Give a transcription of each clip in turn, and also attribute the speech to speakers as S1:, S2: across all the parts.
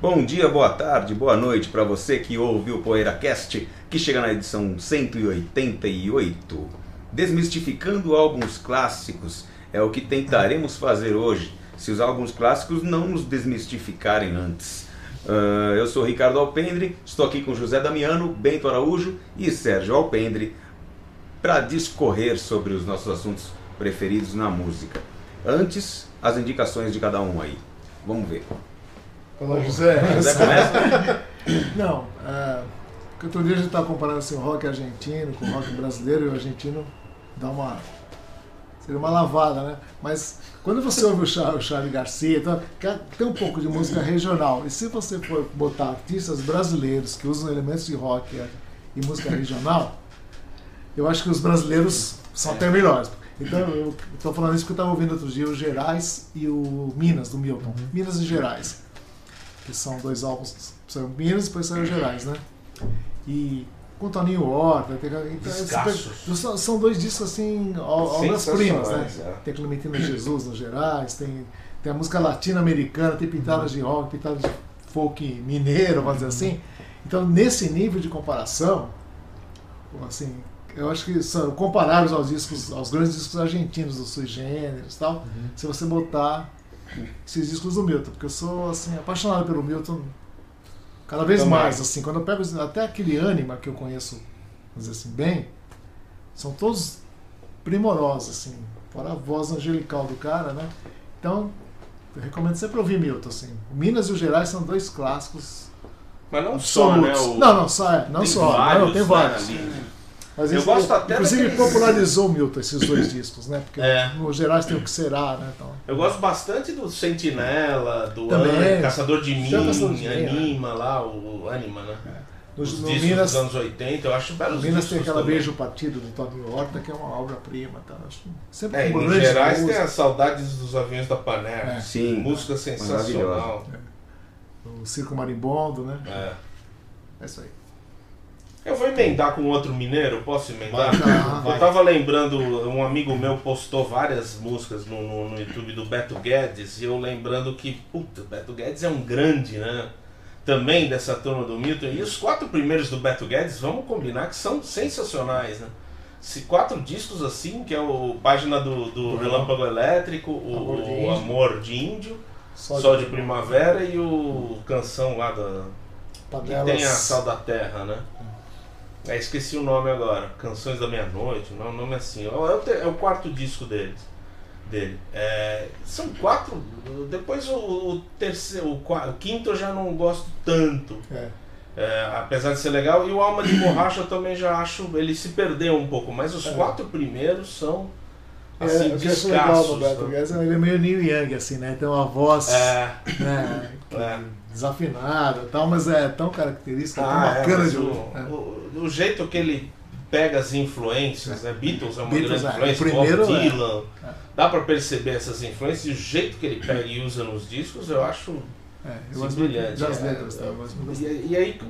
S1: Bom dia, boa tarde, boa noite para você que ouve o PoeiraCast, que chega na edição 188. Desmistificando álbuns clássicos é o que tentaremos fazer hoje, se os álbuns clássicos não nos desmistificarem antes. Ah, eu sou Ricardo Alpendre, estou aqui com José Damiano, Bento Araújo e Sérgio Alpendre para discorrer sobre os nossos assuntos preferidos na música. Antes, as indicações de cada um aí. Vamos ver.
S2: Olá, José.
S1: José começa?
S2: Não, é, porque outro dia a gente estava comparando assim, o rock argentino com o rock brasileiro e o argentino dá uma. Seria uma lavada, né? Mas quando você ouve o Char- o Charlie Garcia, então, que- tem um pouco de música regional. E se você for botar artistas brasileiros que usam elementos de rock e, e música regional, eu acho que os brasileiros são até melhores. Então, eu estou falando isso porque eu estava ouvindo outro dia o Gerais e o Minas, do Milton. Minas e Gerais que são dois álbuns, são Minas e depois saiu Gerais, né? E com Toninho Horta, tem, então,
S3: Descassos.
S2: são, são dois discos assim, au- aulas primas, né?
S1: Sensacionais, é.
S2: Tem Clementina Jesus nos Gerais, tem, tem a música latino-americana, tem pitadas de rock, pitadas de folk mineiro, vamos dizer assim. Então, nesse nível de comparação, assim, eu acho que são comparáveis aos discos, aos grandes discos argentinos, dos sui generis e tal, se você botar esses discos do Milton, porque eu sou assim apaixonado pelo Milton cada vez
S1: Também.
S2: mais, assim, quando eu pego os- até aquele ânima que eu conheço, vamos dizer assim, bem, são todos primorosos, assim, fora a voz angelical do cara, né? Então, eu recomendo sempre ouvir Milton, assim. O Minas e o Gerais são dois clássicos
S3: Mas não só, né?
S2: absolutos.
S3: O...
S2: Não, não, só, é, não
S3: tem
S2: só,
S3: vários,
S2: não, tem
S3: né,
S2: vários.
S3: ali, né?
S2: Mas
S3: Eu
S2: esse-
S3: gosto até
S2: inclusive
S3: daqueles-
S2: popularizou o Milton esses dois discos, né? Porque
S3: É.
S2: no Gerais tem o que será, né? Então,
S3: Eu gosto bastante do Sentinela, do
S2: Também.
S3: Anne, Caçador de Mim,
S2: Já é Caçador de Mim, né?
S3: Anima lá, o o Anima, né?
S2: no,
S3: Os
S2: no
S3: discos
S2: Minas
S3: dos anos 80, eu acho belos
S2: Minas
S3: discos
S2: tem aquela
S3: também.
S2: Beijo Partido do Toninho Horta, que é uma obra-prima. Tá? Acho que Sempre
S3: É, e
S2: com
S3: no
S2: grandes
S3: Gerais tem
S2: músicas.
S3: as saudades dos aviões da Panera.
S1: Sim.
S2: É.
S3: Música sensacional.
S2: O Circo Marimbondo, né?
S3: É.
S2: É isso aí.
S3: Eu vou emendar com outro mineiro, posso emendar?
S2: Vai, vai.
S3: Eu tava lembrando, um amigo meu postou várias músicas no, no- no YouTube do Beto Guedes, e eu lembrando que, puta, o Beto Guedes é um grande, né? Também dessa turma do Milton. E os quatro primeiros do Beto Guedes, vamos combinar que são sensacionais, né? Se quatro discos assim, que é o Página do, do Relâmpago Elétrico, o
S2: Uhum. Amor de
S3: o
S2: Índio.
S3: Amor de Índio, Sol de Primavera e o Canção lá da, que
S2: Panelas.
S3: tem a Sal da Terra, né? É, esqueci o nome agora. Canções da Meia-Noite, não, o nome é assim. É o, é o te- é o quarto disco deles, dele. É, são quatro. Depois o, o terceiro, o, qua- o quinto eu já não gosto tanto.
S2: É.
S3: É, apesar de ser legal. E o Alma de Borracha eu também já acho. Ele se perdeu um pouco, mas os
S2: É.
S3: quatro primeiros são.
S2: É,
S3: Assim,
S2: o que eu acho legal
S3: descassos.
S2: do Beto
S3: né?
S2: Guedes, ele é meio Neil Young, assim, né? Tem uma voz
S3: É,
S2: né, que-
S3: É.
S2: desafinada e tal, mas é tão característica, tão
S3: Ah, é,
S2: bacana
S3: mas
S2: de
S3: o,
S2: ouvir. É.
S3: o- o jeito que ele pega as influências, né? Beatles é uma
S2: Beatles, é.
S3: grande influência,
S2: O primeiro,
S3: Bob
S2: é.
S3: Dylan.
S2: É.
S3: Dá pra perceber essas influências e o jeito que ele pega e usa nos discos, eu acho
S2: É, eu
S3: Sim,
S2: gosto muito
S3: brilhante.
S2: das
S3: é.
S2: letras, tá? Eu gosto muito das letras.
S3: E, e aí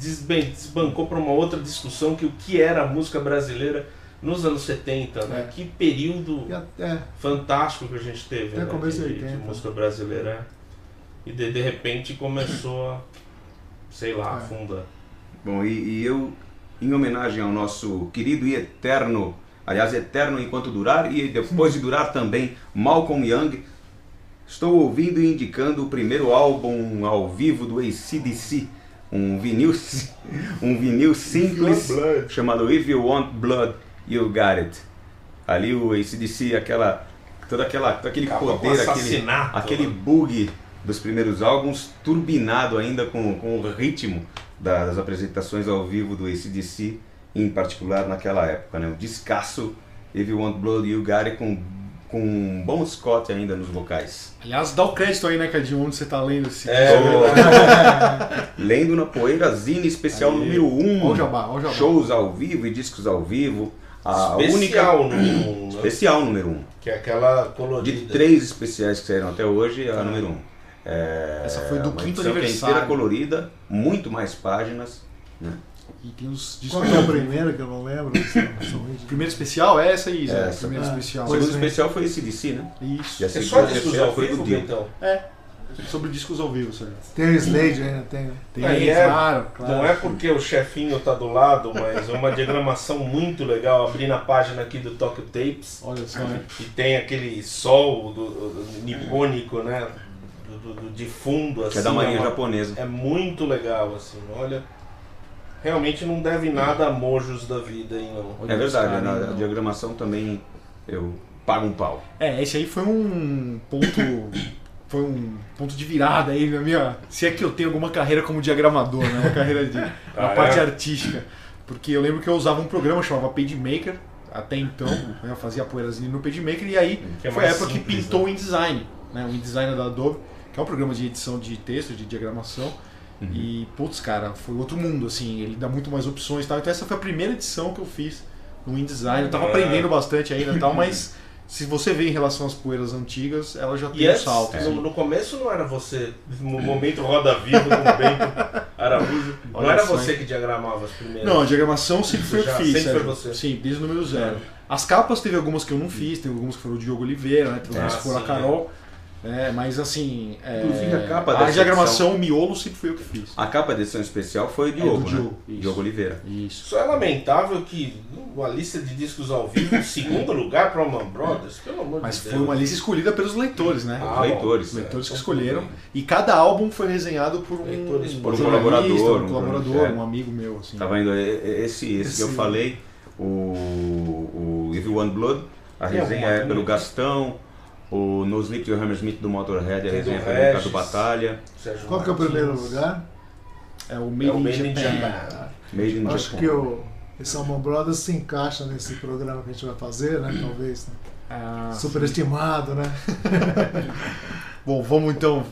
S3: desben- desbancou para uma outra discussão que o que era a música brasileira nos anos 70, né?
S2: É.
S3: Que período
S2: E até-
S3: fantástico que a gente teve
S2: Até
S3: né,
S2: começo
S3: de,
S2: de
S3: de
S2: 80.
S3: música brasileira. E de, de repente começou a, sei lá,
S2: É.
S3: afunda.
S1: Bom, e, e eu, em homenagem ao nosso querido e eterno, aliás, eterno enquanto durar e depois de durar também, Malcolm Young, estou ouvindo e indicando o primeiro álbum ao vivo do ACDC, um vinil, si- um vinil simples chamado If You Want Blood, You Got It. Ali o ACDC, aquela, toda aquela, todo aquele
S3: Acabou com
S1: poder, aquele,
S3: assassinato,
S1: aquele
S3: né?
S1: bug dos primeiros álbuns, turbinado ainda com, com o ritmo da- das apresentações ao vivo do ACDC, em particular naquela época. Né? O descasso If You Want Blood You Got It, com
S4: com Bon Scott ainda nos vocais.
S5: Aliás, dá o crédito aí, né, cara, de onde você tá lendo esse
S3: É,
S4: Lendo na Poeira Zine Especial
S3: Aí.
S4: número 1.
S5: Ó o jabá, ó o jabá.
S4: Shows ao vivo e discos ao vivo. A única.
S3: especial no, né? no-
S4: Especial número 1.
S3: que é aquela
S4: De
S3: colorida.
S4: três especiais que saíram até hoje, a número É, 1.
S5: Essa foi do quinto
S4: inteira
S5: aniversário.
S4: colorida, muito mais páginas.
S5: E tem os
S2: Qual
S5: discos.
S2: que é a primeira que eu não lembro? é São-
S5: O primeiro especial é essa aí, Zé.
S4: Essa.
S5: Primeiro
S2: Ah,
S5: especial.
S4: O segundo
S2: né?
S4: especial foi esse DC, né?
S5: Isso.
S4: E a
S3: É só
S4: segunda
S3: discos
S4: terceira
S3: ao
S4: foi
S3: vivo,
S4: do Dio.
S3: então.
S4: É.
S5: Sobre discos ao vivo, Sérgio.
S2: Tem o Slade ainda, tem. né?
S5: Tem,
S3: Aí é-
S5: claro, claro.
S3: Não é porque o chefinho tá do lado, mas é uma diagramação muito legal. Abri na página aqui do Tokyo Tapes
S5: Olha só, né?
S3: e tem aquele sol do, do- nipônico, né? Do, do- do- de fundo, assim.
S4: Que é da marinha
S3: é uma-
S4: japonesa.
S3: É muito legal, assim, olha. Realmente não deve nada a mojos da vida, hein, não.
S5: Olha
S4: É
S5: os
S4: verdade,
S5: caras,
S4: na- a
S5: hein,
S4: diagramação também eu pago um pau.
S5: É, esse aí foi um ponto. Foi um ponto de virada aí na minha. Se é que eu tenho alguma carreira como diagramador, né? Uma carreira de. na
S3: é?
S5: parte artística. Porque eu lembro que eu usava um programa, chamava PageMaker, até então, né, eu fazia poeirazinha no PageMaker, e aí
S3: Que é
S5: foi a
S3: mais
S5: época que
S3: simples,
S5: pintou o InDesign, né? O InDesign da Adobe, que é um programa de edição de texto, de diagramação.
S3: Uhum.
S5: E, putz, cara, foi outro mundo, assim, ele dá muito mais opções e tal. Então essa foi a primeira edição que eu fiz no InDesign. Eu tava
S3: Ah.
S5: aprendendo bastante ainda e tal, mas se você vê em relação às poeiras antigas, ela já
S3: E
S5: tem um
S3: antes, É.
S5: salto. assim.
S3: no, no começo não era você, no momento roda viva com o Bento Araújo, não
S5: Olha
S3: era
S5: só,
S3: você
S5: hein?
S3: que diagramava as primeiras.
S5: Não, a diagramação sempre foi eu que
S3: É. Já,
S5: fiz.
S3: sempre foi
S5: Sérgio.
S3: você.
S5: Sim, desde o número zero. As capas teve algumas que eu não fiz, teve algumas que foram o Diogo Oliveira, né? Teve algumas
S3: Ah,
S5: que foram a
S3: sim,
S5: Carol. né, mas assim. é,
S4: Inclusive, a capa
S5: A
S4: dessa
S5: diagramação, o miolo sempre foi eu que fiz.
S4: A capa da edição especial foi o
S5: do
S4: Diogo, né?
S5: Diogo, isso.
S4: Diogo Oliveira.
S5: Isso.
S3: Só é lamentável que a lista de discos ao vivo, em segundo lugar para Allman Brothers, pelo amor
S5: Mas
S3: de
S5: foi
S3: Deus.
S5: uma lista escolhida pelos leitores, né?
S3: Ah,
S4: Os leitores.
S5: Os leitores que
S3: é.
S5: escolheram. E cada álbum foi resenhado por um,
S3: Leitores,
S4: por um
S5: jornalista,
S4: colaborador,
S5: um
S4: um
S5: colaborador,
S4: jornalista, é.
S5: um amigo meu, assim.
S4: Tá vendo? E- e- Esse, esse que eu
S2: Esse-
S4: falei, o, o Evil One Blood, a
S3: Tem
S4: resenha
S3: alguma
S4: é pelo
S3: também?
S4: Gastão, o No Sleep to Hammersmith do Motorhead, a
S3: Tem do
S4: resenha foi pelo Ricardo
S3: Regis.
S4: Batalha,
S3: Sérgio
S2: Qual que é o
S3: Martins.
S2: primeiro lugar?
S5: É o
S3: É o
S5: Made
S3: Made
S5: in
S3: in
S5: Japan.
S3: Japan.
S4: Made in
S2: Acho
S4: Japan.
S2: que o esse Almond Brothers se encaixa nesse programa que a gente vai fazer, né? Talvez. né?
S5: Ah,
S2: Superestimado, né?
S5: Bom, vamos então.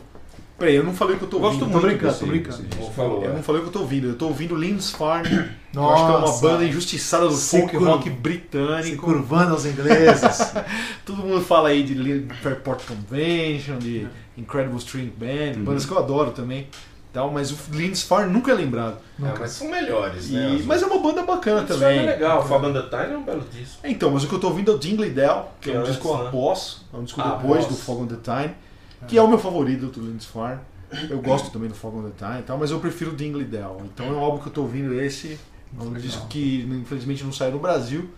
S5: Peraí, eu não falei o que eu tô
S4: Eu gosto
S5: ouvindo.
S4: muito
S2: brincando,
S4: desse-
S2: tô brincando.
S4: desse disco.
S3: Como falou,
S5: Eu
S3: é.
S5: não falei o que eu tô ouvindo, eu tô ouvindo Linz Farm, que eu acho que é uma
S2: Nossa.
S5: banda injustiçada do
S2: Se
S5: folk
S2: cur-
S5: rock
S2: Se
S5: britânico.
S2: curvando aos ingleses.
S5: Todo mundo fala aí de Lin- Fairport Convention, de Incredible String Band, bandas que eu adoro também. Tal, mas o Linz Farm nunca é lembrado.
S3: Ah, mas são melhores,
S5: E-
S3: né? as
S5: mas é uma banda bacana
S3: Isso
S5: também.
S3: é legal, Fabanda Time é um belo disco.
S5: É, Então, mas o que eu tô ouvindo é o Dingley Dell, que é um
S3: Antes,
S5: disco
S3: né?
S5: após, é um disco
S3: Ah,
S5: depois
S3: após.
S5: do Fog on the Time, que é o meu favorito do Linz Farm. Eu gosto também do Fog on the Time e tal, mas eu prefiro o Dingley Dell. Então é um álbum que eu tô ouvindo esse, é um
S2: Legal.
S5: disco que infelizmente não saiu no Brasil,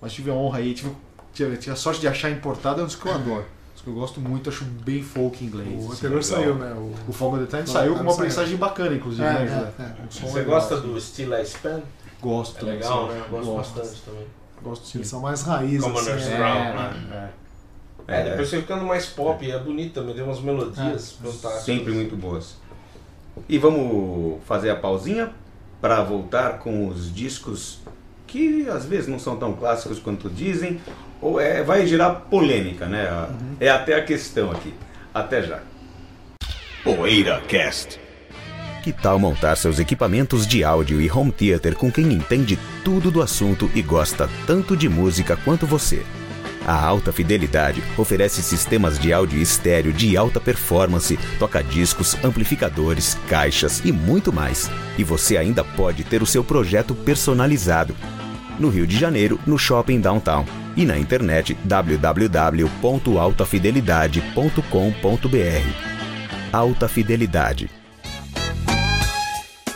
S5: mas tive a honra aí, tive, tive- tive a sorte de achar importado, é um disco que eu adoro. Um disco que eu gosto muito, acho bem folk inglês.
S2: O
S5: assim.
S2: anterior saiu, né? O...
S5: O Fog on the Time saiu com uma
S2: Saiu.
S5: mensagem bacana, inclusive,
S2: É,
S5: né,
S2: é,
S5: José?
S2: é.
S5: Um som
S3: Você
S5: legal,
S3: gosta
S5: assim.
S3: do Still I Span?
S5: Gosto
S3: É
S5: também,
S3: legal,
S5: sim.
S3: né? Eu Gosto
S5: Gosto,
S3: bastante também.
S5: gosto sim.
S2: Eles são mais raízes.
S3: Commoners
S2: Assim,
S5: É,
S2: né?
S3: Brown, né?
S5: é.
S3: É, depois foi ficando mais pop, é bonito também, tem umas melodias fantásticas.
S4: Sempre muito boas. E vamos fazer a pausinha para voltar com os discos que às vezes não são tão clássicos quanto dizem, ou é, vai gerar polêmica, né? A-
S2: Uhum.
S4: É até a questão aqui. Até já.
S1: Poeira Cast. Que tal montar seus equipamentos de áudio e home theater com quem entende tudo do assunto e gosta tanto de música quanto você? A Alta Fidelidade oferece sistemas de áudio estéreo de alta performance, toca-discos, amplificadores, caixas e muito mais. E você ainda pode ter o seu projeto personalizado. No Rio de Janeiro, no Shopping Downtown e na internet www.altafidelidade.com.br. Alta Fidelidade.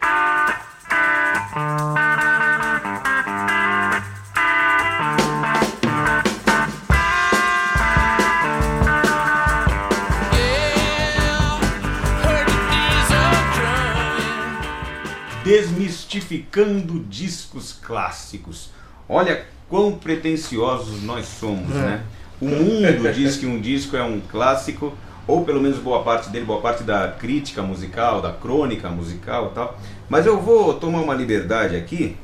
S6: Yeah.
S1: Desmistificando discos clássicos. Olha quão pretensiosos nós somos, né? O mundo diz que um disco é um clássico, ou pelo menos boa parte dele, boa parte da crítica musical, da crônica musical e tal. Mas eu vou tomar uma liberdade aqui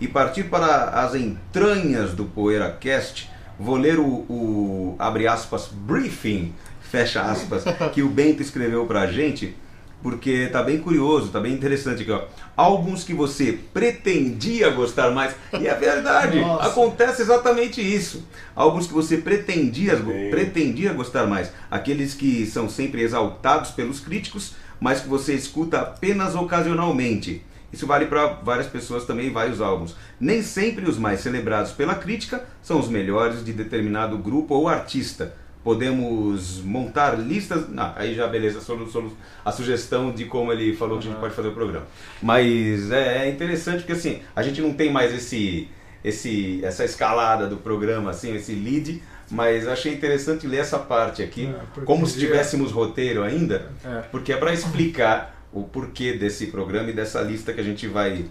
S1: e partir para as entranhas do PoeiraCast. Vou ler o, o abre aspas, briefing, fecha aspas, que o Bento escreveu pra gente, porque tá bem curioso, tá bem interessante aqui, ó. Alguns que você pretendia gostar mais, e é verdade,
S2: Nossa.
S1: acontece exatamente isso. Alguns que você pretendia,
S3: Bem.
S1: pretendia gostar mais, aqueles que são sempre exaltados pelos críticos, mas que você escuta apenas ocasionalmente. Isso vale para várias pessoas também, vários álbuns. Nem sempre os mais celebrados pela crítica são os melhores de determinado grupo ou artista. Podemos montar listas. Ah, aí já beleza, só, só a sugestão de como ele falou que a gente pode fazer o programa. Mas é, é interessante porque assim, a gente não tem mais esse, esse, essa escalada do programa, assim, esse lead, mas achei interessante ler essa parte aqui,
S2: É, porque
S1: como se
S2: podia-
S1: tivéssemos roteiro ainda,
S5: É.
S1: porque é para explicar o porquê desse programa e dessa lista que a gente vai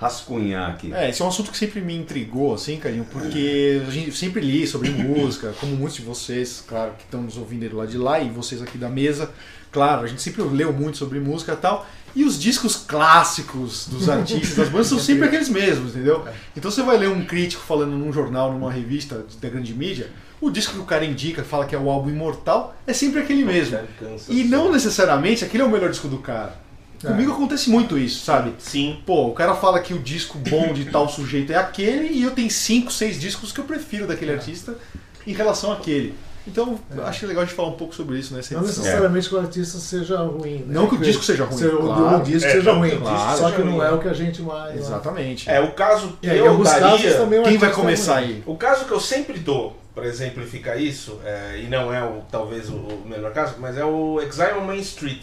S1: rascunhar aqui.
S5: É, esse é um assunto que sempre me intrigou, assim, carinho, porque a gente sempre li sobre música, como muitos de vocês, claro, que estão nos ouvindo aí do lado de lá, e vocês aqui da mesa, claro, a gente sempre leu muito sobre música e tal, e os discos clássicos dos artistas, das bandas, são sempre aqueles mesmos, entendeu? Então você vai ler um crítico falando num jornal, numa revista da grande mídia, o disco que o cara indica, fala que é o álbum imortal, é sempre aquele mesmo. E não necessariamente aquele é o melhor disco do cara. Comigo acontece muito isso, sabe?
S3: Sim.
S5: Pô, o cara fala que o disco bom de tal sujeito é aquele e eu tenho cinco, seis discos que eu prefiro daquele artista em relação àquele. Então, eu acho legal a gente falar um pouco sobre isso nessa
S2: Não
S5: edição.
S2: necessariamente que o artista seja ruim. Né?
S5: Não que o
S2: Porque
S5: disco seja ruim,
S2: se O
S5: claro.
S2: o disco
S3: É,
S2: seja
S3: não que
S2: ruim.
S3: o disco
S2: Só
S3: seja
S2: que não
S3: ruim.
S2: é o que a gente mais.
S5: Exatamente.
S3: É, o caso que
S2: E aí, em
S3: eu
S2: alguns
S3: daria...
S2: casos também o
S5: Quem
S2: artista
S5: vai
S2: é
S5: começar
S2: ruim.
S5: aí?
S3: O caso que eu sempre dou para exemplificar isso, é, e não é o, talvez o, o melhor caso, mas é o Exile on Main Street.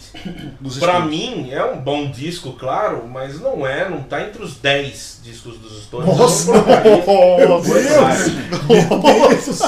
S5: Dos
S3: Pra
S5: Stones.
S3: mim é um bom disco, claro, mas não é, não tá entre os 10 discos dos Stones.
S5: Nossa,
S3: Eu não colocaria.
S5: meu
S3: Deus!
S5: Deus!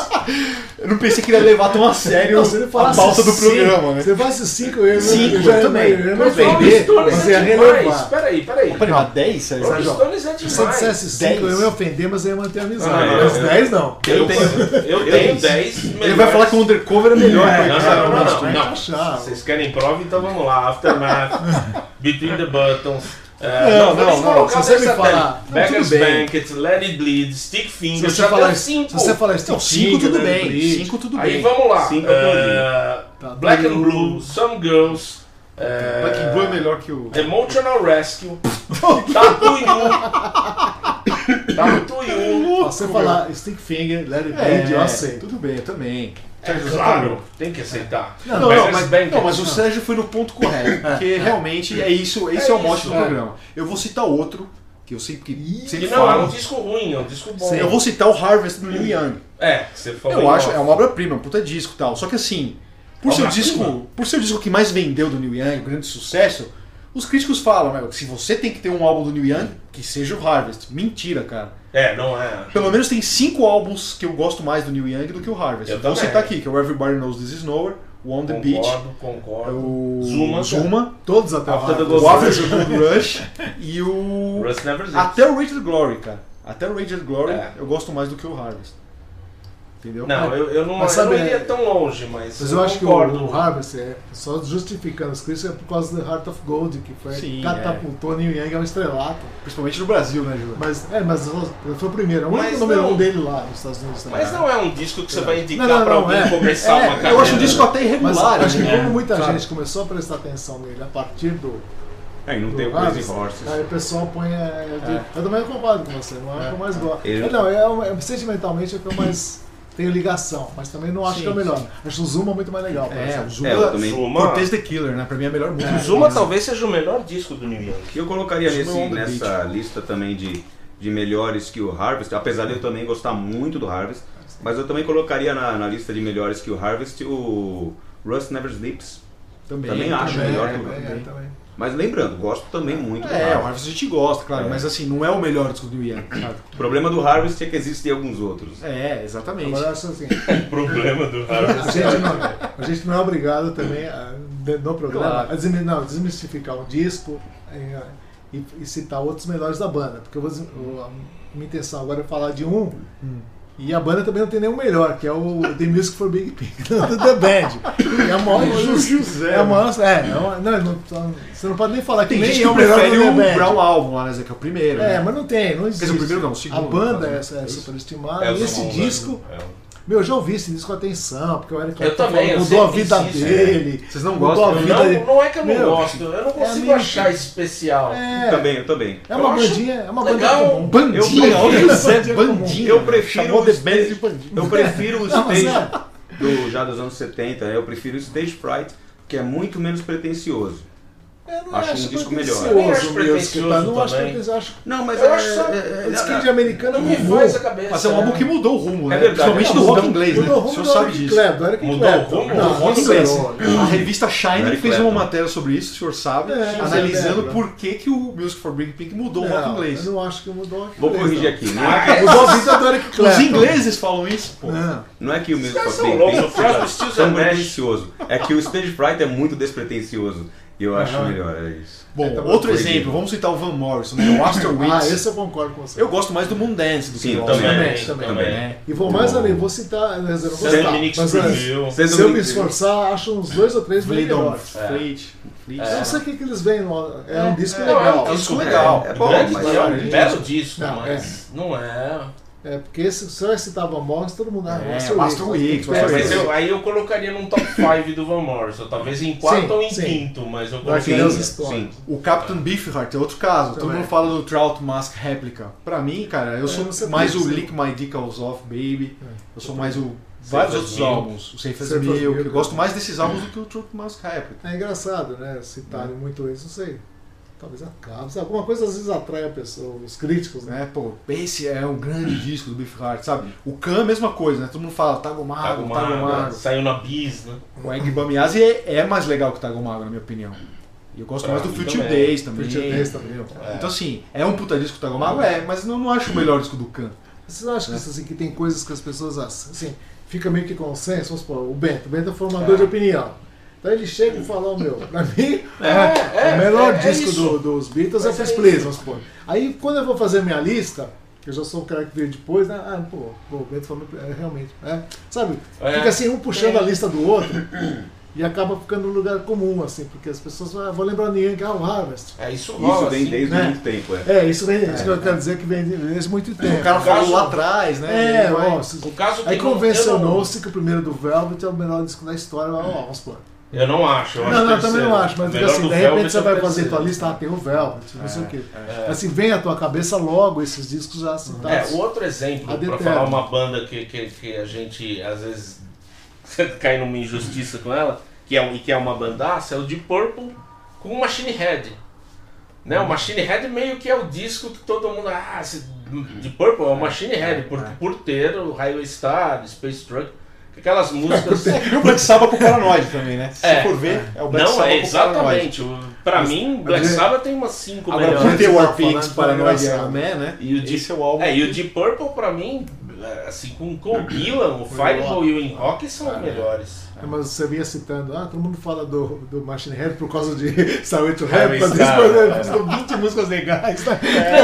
S5: Eu não pensei que ele ia levar tão a sério
S2: Não, Então, assim. se ele
S5: a
S2: falasse
S5: pauta do
S2: cinco,
S5: programa, né?
S2: Se eu falasse cinco, eu ia
S5: Cinco,
S2: eu já-
S5: eu também.
S2: Eu ia me
S3: Mas
S5: Perfeito.
S2: ofender.
S3: Rolling Stones
S2: Você ia
S3: é demais.
S2: relevar.
S3: Peraí, peraí.
S5: Peraí, mas 10? Sérgio?
S3: Rolling Stones é
S2: Se eu
S3: demais.
S2: dissesse
S5: Dez.
S2: cinco, eu ia me ofender, mas eu ia manter a amizade.
S1: Ah, é,
S2: mas
S3: é.
S2: dez não.
S3: Eu tenho, eu tenho
S5: Dez.
S3: 10
S5: Ele vai falar que o Undercover é melhor.
S3: É,
S5: pra
S3: não,
S5: pensar
S3: não,
S5: no
S3: não,
S5: Rolling
S3: não.
S5: Stones.
S2: achar.
S3: Vocês querem prova? Então vamos lá. Aftermath, Between the Buttons. É,
S5: Não,
S3: vamos
S5: não, não.
S3: colocar
S2: Se você me
S3: dessa
S2: falar-
S3: tela.
S2: Não, tudo
S3: Beggar's
S2: bem.
S3: Banquet, Let It Bleed, Stick
S2: Se
S3: Fingers,
S2: você
S3: já
S2: falar
S3: deu
S2: se
S3: 5.
S2: você falar isso,
S5: Não, 5 tudo bem. 5 tudo
S3: Aí
S5: bem.
S3: vamos lá.
S1: Cinco
S3: É,
S2: Tá
S3: Black and
S2: bom.
S3: Blue, Some Girls, é,
S5: Black and Blue é melhor que o.
S3: Emotional Rescue, Tatu You, Tatu You.
S2: você falar Stick Finger, Let It Bleed, eu aceito.
S5: É, Tudo bem, eu também.
S3: É claro, tem que aceitar.
S5: Não, não,
S3: Beggar's
S5: mas, é
S3: Banquet.
S5: não, mas o Sérgio foi no ponto correto. Porque realmente é isso, esse é,
S3: É
S5: o mote
S3: isso,
S5: do
S3: é.
S5: programa. Eu vou citar outro, que eu sempre, que
S3: E
S5: sempre
S3: não, é um
S5: falo.
S3: disco ruim, é um disco bom.
S5: Eu vou citar o Harvest do Neil Young.
S3: É, você falou.
S5: Eu
S3: em
S5: acho,
S3: off.
S5: é uma obra-prima, um puta disco e tal. Só que assim, por ser, o
S3: Obra-prima?
S5: disco, por ser o disco que mais vendeu do Neil Young, o grande sucesso, os críticos falam, né, que se você tem que ter um álbum do Neil Young, que seja o Harvest. Mentira, cara.
S3: É, não é.
S5: Pelo menos tem cinco álbuns que eu gosto mais do Neil Young do que o Harvest.
S3: Eu
S5: Vou
S3: também.
S5: citar aqui, que é o Everybody Knows This Is Nowhere, o On The Beach,
S3: Concordo, concordo.
S5: o
S3: Zuma.
S5: Zuma
S2: Todos até
S1: After the
S2: lá.
S5: o
S1: Gold
S5: After the Gold Rush e o...
S3: Rust Never Sleeps.
S5: Até o Rated Glory, cara. Até o Rated Glory
S3: É.
S5: eu gosto mais do que o Harvest. Entendeu?
S3: Não, eu, eu não,
S2: Mas
S3: eu
S2: sabe,
S3: não iria
S2: é-
S3: tão longe, mas.
S2: Mas eu acho que o,
S3: concordo.
S2: o Harvest, é, só justificando os críticos, é por causa do Heart of Gold, que foi
S5: Sim, é.
S2: catapultou Neil Young ao estrelato.
S5: Principalmente no Brasil, né, Ju?
S2: Mas, é, mas foi o primeiro, o
S3: Mas
S2: único número
S3: não.
S2: um dele lá nos Estados Unidos. também.
S3: Mas não é um disco que você vai indicar
S2: Não, não,
S3: pra
S2: não,
S3: alguém
S2: é.
S3: começar uma carreira.
S5: eu acho um disco até
S2: Mas
S5: irregular.
S2: acho que
S5: né?
S2: como muita
S5: Sabe?
S2: gente começou a prestar atenção nele a partir do,
S1: É, e não
S2: do
S1: tem o Crazy
S2: Harvest,
S1: Horses.
S2: aí o pessoal põe. é, eu, digo, eu também concordo com você, não é, o que eu mais gosto.
S1: Eu-
S2: É, Não, é, o- é, sentimentalmente é o que eu mais tenho ligação, mas também não acho
S5: Sim,
S2: que é o melhor. Acho o Zuma muito mais legal. por
S5: É,
S2: exemplo.
S5: o Zuma.
S1: É, eu também-
S3: Zuma.
S5: Cortez The Killer, né? Pra mim é a melhor música.
S3: O Zuma tá- talvez seja o melhor disco do New York.
S1: E eu colocaria
S5: Isso
S1: nesse-
S5: não é um
S1: nessa lista também de, de melhores que o Harvest, apesar de eu também gostar muito do Harvest, mas eu também colocaria na, na lista de melhores que o Harvest o Rust Never Sleeps.
S5: Também,
S1: também acho
S2: Também,
S1: melhor
S2: é,
S1: que o
S2: também, é,
S5: também.
S2: também.
S1: Mas lembrando, gosto também muito do
S5: É, o
S1: Harvest.
S5: Harvest a gente gosta, claro,
S1: É.
S5: mas assim, não é o melhor disco do Neil Young, sabe?
S1: O problema do Harvest é que existem alguns outros.
S5: É, exatamente.
S2: Agora eu acho assim.
S3: O problema do
S2: A gente, não, a gente não é obrigado também a, de- no programa
S5: Claro.
S2: a desmi- não, desmistificar um disco, eh, e, e citar outros melhores da banda. Porque eu vou, dizer- eu- a minha intenção agora é falar de um.
S5: Hum.
S2: E a banda também não tem nenhum melhor, que é o The Music for Big Pig, do The Band. É a maior injustiça.
S5: José.
S2: É a maior. É, é uma- não, ele não- você não pode nem falar que
S5: Tem
S2: nem
S5: gente
S2: é o
S5: que
S2: melhor
S5: prefere
S2: do
S5: o
S2: The Band.
S5: Brown Album, lá, né, Zé, que é o primeiro.
S2: É,
S5: né?
S2: mas não tem, não existe.
S5: dizer, o primeiro não, o segundo,
S2: A banda
S5: quase,
S2: é,
S5: né?
S2: é
S5: É isso.
S2: superestimada.
S3: É,
S2: e
S3: o
S2: esse
S3: Zombie,
S2: disco,
S3: né? É.
S2: meu, eu já ouvi esse disco com atenção, porque o Eric
S3: Eu
S2: Clapton
S3: também,
S2: falou,
S3: eu
S2: mudou a
S3: sempre
S2: vida
S3: insisto, é.
S2: dele.
S5: Vocês não
S2: mudou
S5: gostam,
S2: a
S5: né?
S2: vida dele.
S3: Não, não é que eu não
S2: Meu,
S3: gosto, eu não consigo
S2: meio-
S3: achar especial.
S2: É,
S4: Também, eu também.
S2: é uma
S3: Eu acho
S2: bandinha, é uma
S3: legal.
S2: bandinha comum.
S5: Bandinha,
S4: Eu- eu-
S5: olha o Zé
S2: eu-
S5: Bandinha.
S4: eu
S5: né?
S4: prefiro
S5: Chamou
S4: o
S5: The
S4: Stage-
S5: Band de Bandinha.
S4: Eu prefiro o
S2: Não, mas
S4: stage
S2: é.
S4: do, já dos anos 70,
S1: né?
S4: eu prefiro o Stage Fright, que é muito menos pretensioso.
S2: Eu não
S4: Acho um
S2: acho
S4: disco
S2: pretencioso
S4: melhor.
S3: Eu acho
S2: o Music, tá?
S3: pretencioso
S2: Não acho
S3: também.
S2: pretencioso, eu acho
S4: Não, mas
S3: Eu
S4: é,
S3: acho só-
S4: é, é,
S2: Esse
S4: é,
S2: kid americano
S3: Não me
S2: mudou.
S3: faz a cabeça.
S5: Mas é um álbum que mudou o rumo, né?
S4: É verdade,
S5: Principalmente
S4: é
S5: do
S4: um
S5: rock inglês, né?
S2: Mudou o
S5: O
S2: rumo
S5: senhor
S2: do
S5: sabe
S2: Eric
S5: disso.
S2: Clapton, do Eric
S3: Mudou o
S2: Clapton.
S3: rumo
S2: Não,
S3: do rock
S2: isso
S5: inglês.
S2: não.
S5: A revista Shine
S4: Eric
S5: fez uma
S4: Clapton.
S5: matéria sobre isso, o senhor sabe,
S2: É, eu
S5: analisando
S2: lembro.
S5: por que, que o Music for Big Pink mudou o rock
S2: Não,
S5: inglês.
S2: Eu não acho que mudou o rock
S4: Vou
S2: inglês,
S4: corrigir
S2: não.
S4: aqui. Não é,
S2: Mudou a vida do Eric
S5: Os
S2: Clapton.
S5: ingleses falam isso, pô.
S2: Não.
S4: não é que o mesmo
S3: caras são
S4: Big
S3: loucos,
S4: Bang
S3: o próprio Steel
S4: tão
S3: Zermatt.
S4: pretencioso. É que o Stage Fright é muito despretensioso. E eu acho melhor, é isso.
S5: Bom,
S2: É, tá bom.
S5: outro
S4: Corrigido.
S5: exemplo, vamos citar o Van Morrison, né? O Astro
S2: Ah,
S5: Wings.
S2: esse eu concordo com você.
S5: Eu gosto mais do Moondance do
S4: Sim,
S5: que do
S3: também,
S5: Astro
S3: também,
S5: Wings,
S3: também.
S5: né?
S2: E vou mais além, vou citar, né, eu não vou citar,
S3: Dominic
S2: mas antes,
S3: Screwville.
S4: Sendo
S2: se eu me
S4: muito-
S2: esforçar, acho uns dois ou três bem
S5: Blade
S3: É.
S5: on
S2: melhores.
S5: Fleet. Fleet.
S2: Eu não sei o que, que eles veem, no- é um disco
S5: é,
S2: legal.
S5: é um disco legal.
S4: É bom,
S3: grande,
S4: mas-
S3: é um belo disco,
S2: Não,
S3: mas não é.
S2: É, porque esse, se eu citar Van Morrison, todo mundo... Ah,
S5: É,
S2: Astro
S5: o Astro
S2: Weeks,
S5: Weeks,
S2: Astro Weeks.
S5: É,
S3: Mas
S5: sim.
S3: eu- aí eu colocaria num top 5 do Van Morrison, talvez em quarto
S2: Sim,
S3: ou em
S2: sim.
S3: quinto, mas eu
S2: Dark
S4: Sim,
S2: Deus
S3: colocaria.
S2: Storm.
S4: sim.
S5: O Captain Beefheart é outro caso. Todo
S2: Também.
S5: mundo fala do Trout Mask Réplica. Pra mim, cara, eu sou
S2: não sei
S5: mais
S2: por
S5: o
S2: que
S5: Lick My Dick Calls Off, Baby.
S2: É.
S5: Eu sou mais o.
S3: Safe
S5: Vários
S3: as
S5: outros
S3: Milk.
S5: álbuns. O Safe as
S2: Safe as
S5: Milk.
S2: Milk. né?
S5: Eu gosto mais desses álbuns do que o Trout Mask Réplica.
S2: É engraçado, né? Citarem muito isso, não sei. Talvez acabe. Alguma coisa às vezes atrai a pessoa, os críticos, né?
S5: Né? Pô, esse é um grande disco do Beefheart, sabe? O Khan, mesma coisa, né? Todo mundo fala Tago Mago,
S3: Tago
S5: Tago
S3: Mago, é.
S5: Mago.
S3: Saiu na bis, né?
S5: O Egg Bamiyazi é, é mais legal que o Tago Mago, na minha opinião. É, E eu gosto
S3: Pra
S5: mais do
S3: mim
S5: Future
S3: também.
S5: Days também.
S2: Future Days também.
S3: É.
S5: Então, assim, é um puta disco o Tago Mago? É, mas eu não acho o melhor disco do Khan.
S2: Vocês não
S3: Né?
S2: acham que, isso, assim, que tem coisas que as pessoas ass- assim, fica meio que consenso? Vamos supor, o Bento. O Bento é formador
S3: É.
S2: de opinião. Então ele chega e fala, ó meu, pra mim,
S3: É, é,
S2: o melhor
S3: é, é
S2: disco
S3: isso.
S2: do- dos Beatles
S3: Mas
S2: é
S3: é
S2: First Place, vamos supor. Aí quando eu vou fazer minha lista, eu já sou o cara que veio depois, né? Ah, pô, pô o Bento falou é, realmente, né? Sabe?
S3: É.
S2: Fica assim, um puxando a lista do outro e acaba ficando num lugar comum, assim, porque as pessoas ah, vão lembrar ninguém que ah, o Harvest.
S3: É isso
S4: Isso
S3: rola,
S4: vem
S3: assim.
S4: desde
S2: né?
S4: muito tempo, é.
S2: É, isso, vem, isso que eu quero dizer que vem desde muito tempo.
S5: O cara falou
S3: caso-
S5: lá atrás, né?
S2: É,
S5: Ele vai-
S2: ó, se-
S3: O caso
S2: Aí
S3: que não-
S2: convencionou-se que o primeiro do Velvet é o melhor disco da história, ó, vamos supor.
S3: Eu não acho. Eu acho
S2: Não, não, eu
S3: terceiro.
S2: também não acho, mas digo
S3: Melhor
S2: assim,
S3: do
S2: de
S3: Velvet
S2: repente você
S3: é o
S2: vai fazer
S3: terceiro.
S2: tua lista, ah, tem o Velvet, não sei o quê. Assim, vem à tua cabeça logo esses discos já
S3: É,
S2: citados.
S3: o outro exemplo,
S2: A
S3: pra
S2: Deterno.
S3: falar uma banda que, que, que a gente às vezes cai numa injustiça com ela, que é, um- e que é uma bandaça, é o de Purple com o Machine Head. Né? O Machine Head meio que é o disco que todo mundo. Ah, esse de Purple é o Machine Head, por,
S5: é.
S3: por ter o Highway Star, Space Truck, aquelas músicas.
S5: E o Black Sabbath pro Paranoid também, né? Se
S3: É.
S5: for ver, é o Black
S3: Não,
S5: Sabbath
S3: é
S5: pro Paranoid.
S3: exatamente. o- Pra mim, Black
S2: mas-
S3: Sabbath tem umas cinco
S5: Agora,
S3: melhores.
S5: por ter o
S2: Falando
S5: Warpix,
S2: de
S5: Paranoid e
S2: engraçado.
S5: Iron Man, né?
S3: E o de-
S5: Esse é o álbum.
S3: É, e o Deep Purple pra mim, assim, com, com o Gillan, o Fireball e o In Rock são os melhores.
S2: Mas você vinha citando, ah, todo mundo fala do, do Machine Head por causa de Saúde
S5: É,
S2: to Rap,
S3: Highway
S2: mas
S3: Star,
S2: eles são 20 músicas legais. né?
S3: É.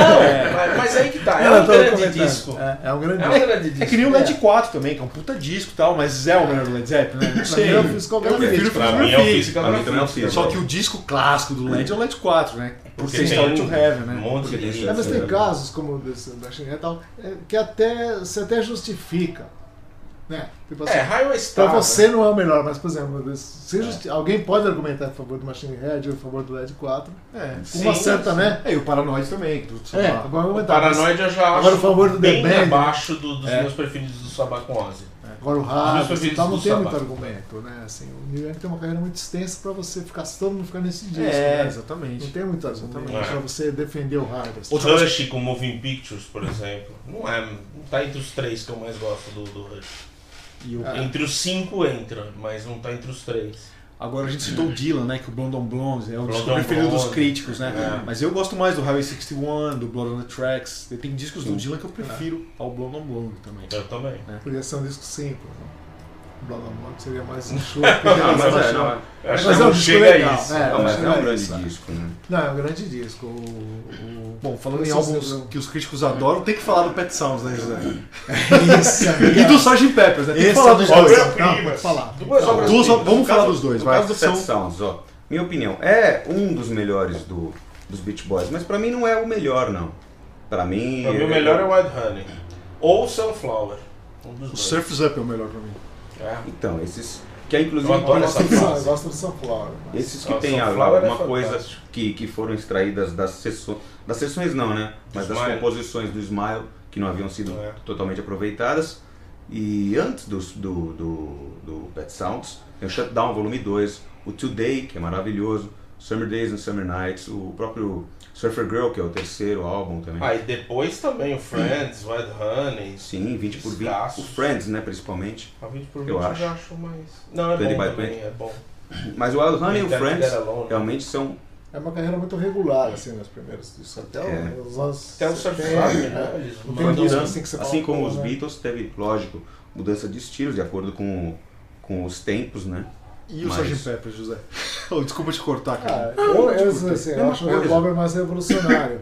S3: Não, mas- mas aí que tá, é
S2: Ela
S3: um
S2: tava
S3: grande
S2: comentando.
S3: disco.
S2: É, é um grande
S3: É um
S2: disco.
S3: grande disco.
S5: É que nem o Led 4 também, que é um puta disco e tal, mas é o melhor do Led Zeppelin, né? Não
S2: Pra mim
S5: sei.
S2: é o Physical
S5: Eu
S2: Graffiti.
S5: prefiro o
S3: Pra mim é o Physical
S5: Graffiti.
S4: Pra mim também é o Physical.
S5: Só que o disco clássico do Led é o Led 4, né? Por
S3: Porque
S5: ser
S3: tem
S5: Story to
S3: um
S5: Heaven, né?
S3: monte de
S2: É, mas tem
S3: disco.
S2: casos como desse da China e tal, é, que até se até justifica. Né? Tipo assim,
S3: É, Highway
S2: pra
S3: Star.
S2: você não é o melhor, mas por exemplo, se justi- alguém pode argumentar a favor do Machine Head ou a favor do LED 4,
S5: É.
S2: com uma
S3: Sim,
S2: certa,
S3: sim.
S2: né?
S5: É, e o Paranoid também, que do
S2: É,
S5: Sabbath.
S2: vou
S3: O
S2: argumentar. mas
S3: Paranoid eu já
S2: Agora,
S3: acho
S2: o favor do The
S3: bem
S2: Band.
S3: abaixo do- dos
S5: É.
S3: meus preferidos do Sabá com Ozzy.
S2: Agora o
S3: Os meus
S2: rádio e tal não
S3: preferidos
S2: tem
S3: do
S2: muito
S3: Sabbath.
S2: argumento, né? Assim, o New York tem uma carreira muito extensa pra você ficar todo mundo ficar nesse disco,
S5: É,
S2: né? Não
S5: exatamente.
S2: tem muito argumento
S3: É.
S2: pra você defender o assim. Harvest.
S5: Outra coisa-
S3: Rush com Moving Pictures, por exemplo. Não é. Não tá entre os três que eu mais gosto do, do Rush.
S5: E o-
S2: Ah.
S3: Entre os cinco entra, mas não tá entre os três.
S5: Agora a gente citou o Dylan, né? Que o Blonde on Blondes é o
S3: Blonde
S5: disco
S3: on
S5: preferido dos
S3: Blonde.
S5: críticos, né?
S3: É.
S5: Mas eu gosto mais do Highway 61, do Blood on the Tracks. Tem
S3: É.
S5: discos do Dylan que eu prefiro ao Blonde on Blonde também.
S3: Eu também.
S2: Podia ser um disco é simples. né? Blá blá blá, que seria mais show.
S4: Não, mas é, não,
S3: Acho
S2: Mas
S3: que
S2: é um
S3: não
S2: disco
S3: chega
S2: legal,
S3: a isso.
S2: é.
S4: não, mas
S2: acho
S4: é um
S2: que
S4: grande
S2: isso.
S4: disco, né?
S2: Não, é um grande disco. O- o-
S5: Bom, falando em
S2: Vocês
S5: álbuns
S2: lembram?
S5: que os críticos adoram, tem que falar do Pet Sounds, né, José?
S2: Isso,
S5: E do Sgt. Peppers, né? Tem que
S2: Esse
S5: falar
S2: é
S5: dos
S2: obra-
S5: dois.
S2: Não, pode falar.
S3: Duas
S5: Não,
S3: obras
S5: duas-
S3: primas.
S5: vamos
S3: No
S5: falar
S3: caso-
S5: dos dois,
S4: No
S5: vai.
S4: caso do Pet Sounds, ó. Minha opinião, é um dos melhores do, dos Beach Boys, mas pra mim não é o melhor, não. Pra mim.
S3: Pra mim, o melhor é o Wild Honey. Ou Sunflower. Um dos
S5: O
S3: dois.
S5: Surf's Up é o melhor pra mim.
S3: É.
S4: Então, esses. Que é inclusive.
S3: Eu adoro essa
S2: Eu
S3: frase.
S2: gosto do São Paulo. mas-
S4: Esses que
S3: Nossa,
S4: têm
S3: o
S4: a-
S3: Flower é
S4: alguma coisa
S3: fantástico.
S4: que, que foram extraídas das sessões. Das sessões não, né? Mas das
S3: Smile.
S4: composições do Smile, que não haviam sido
S3: É.
S4: totalmente aproveitadas. E antes dos- do, do, do Pet Sounds, tem o Shutdown Volume 2, o Today, que é maravilhoso, Summer Days and Summer Nights, o próprio Surfer Girl, que é o terceiro álbum também.
S3: Ah, e depois também o Friends, Wild Honey.
S4: Sim, 20 por 20.
S3: Escassos.
S4: O Friends, né, principalmente.
S3: A 20 por 20
S4: Eu
S3: eu
S4: acho.
S3: já acho mais. Não, é
S4: Twenty
S3: bom
S4: by
S3: também,
S4: Twenty.
S3: é bom.
S4: Mas o Wild Honey e o
S3: That-
S4: Friends um
S3: That Alone, né?
S4: realmente são
S2: É uma carreira muito regular, assim, nos primeiros discos. Até
S4: É.
S2: os anos.
S3: Até o Surf
S2: 70,
S3: Rock,
S2: né?
S3: né? Eles
S2: Não tem
S4: Foi
S3: mandam-
S2: disco
S4: mudança,
S2: assim que você fala,
S4: assim como
S2: pô,
S4: os
S2: né?
S4: Beatles, teve, lógico, mudança de estilos de acordo com, com os tempos, né?
S5: E o
S4: Mas-
S5: Sgt. Peppers, José? Oh, desculpa te cortar,
S2: Ah,
S5: cara.
S2: eu, eu,
S5: Desculpa.
S2: assim, eu
S4: Mesma
S2: acho o
S4: coisa.
S2: Revolver mais revolucionário.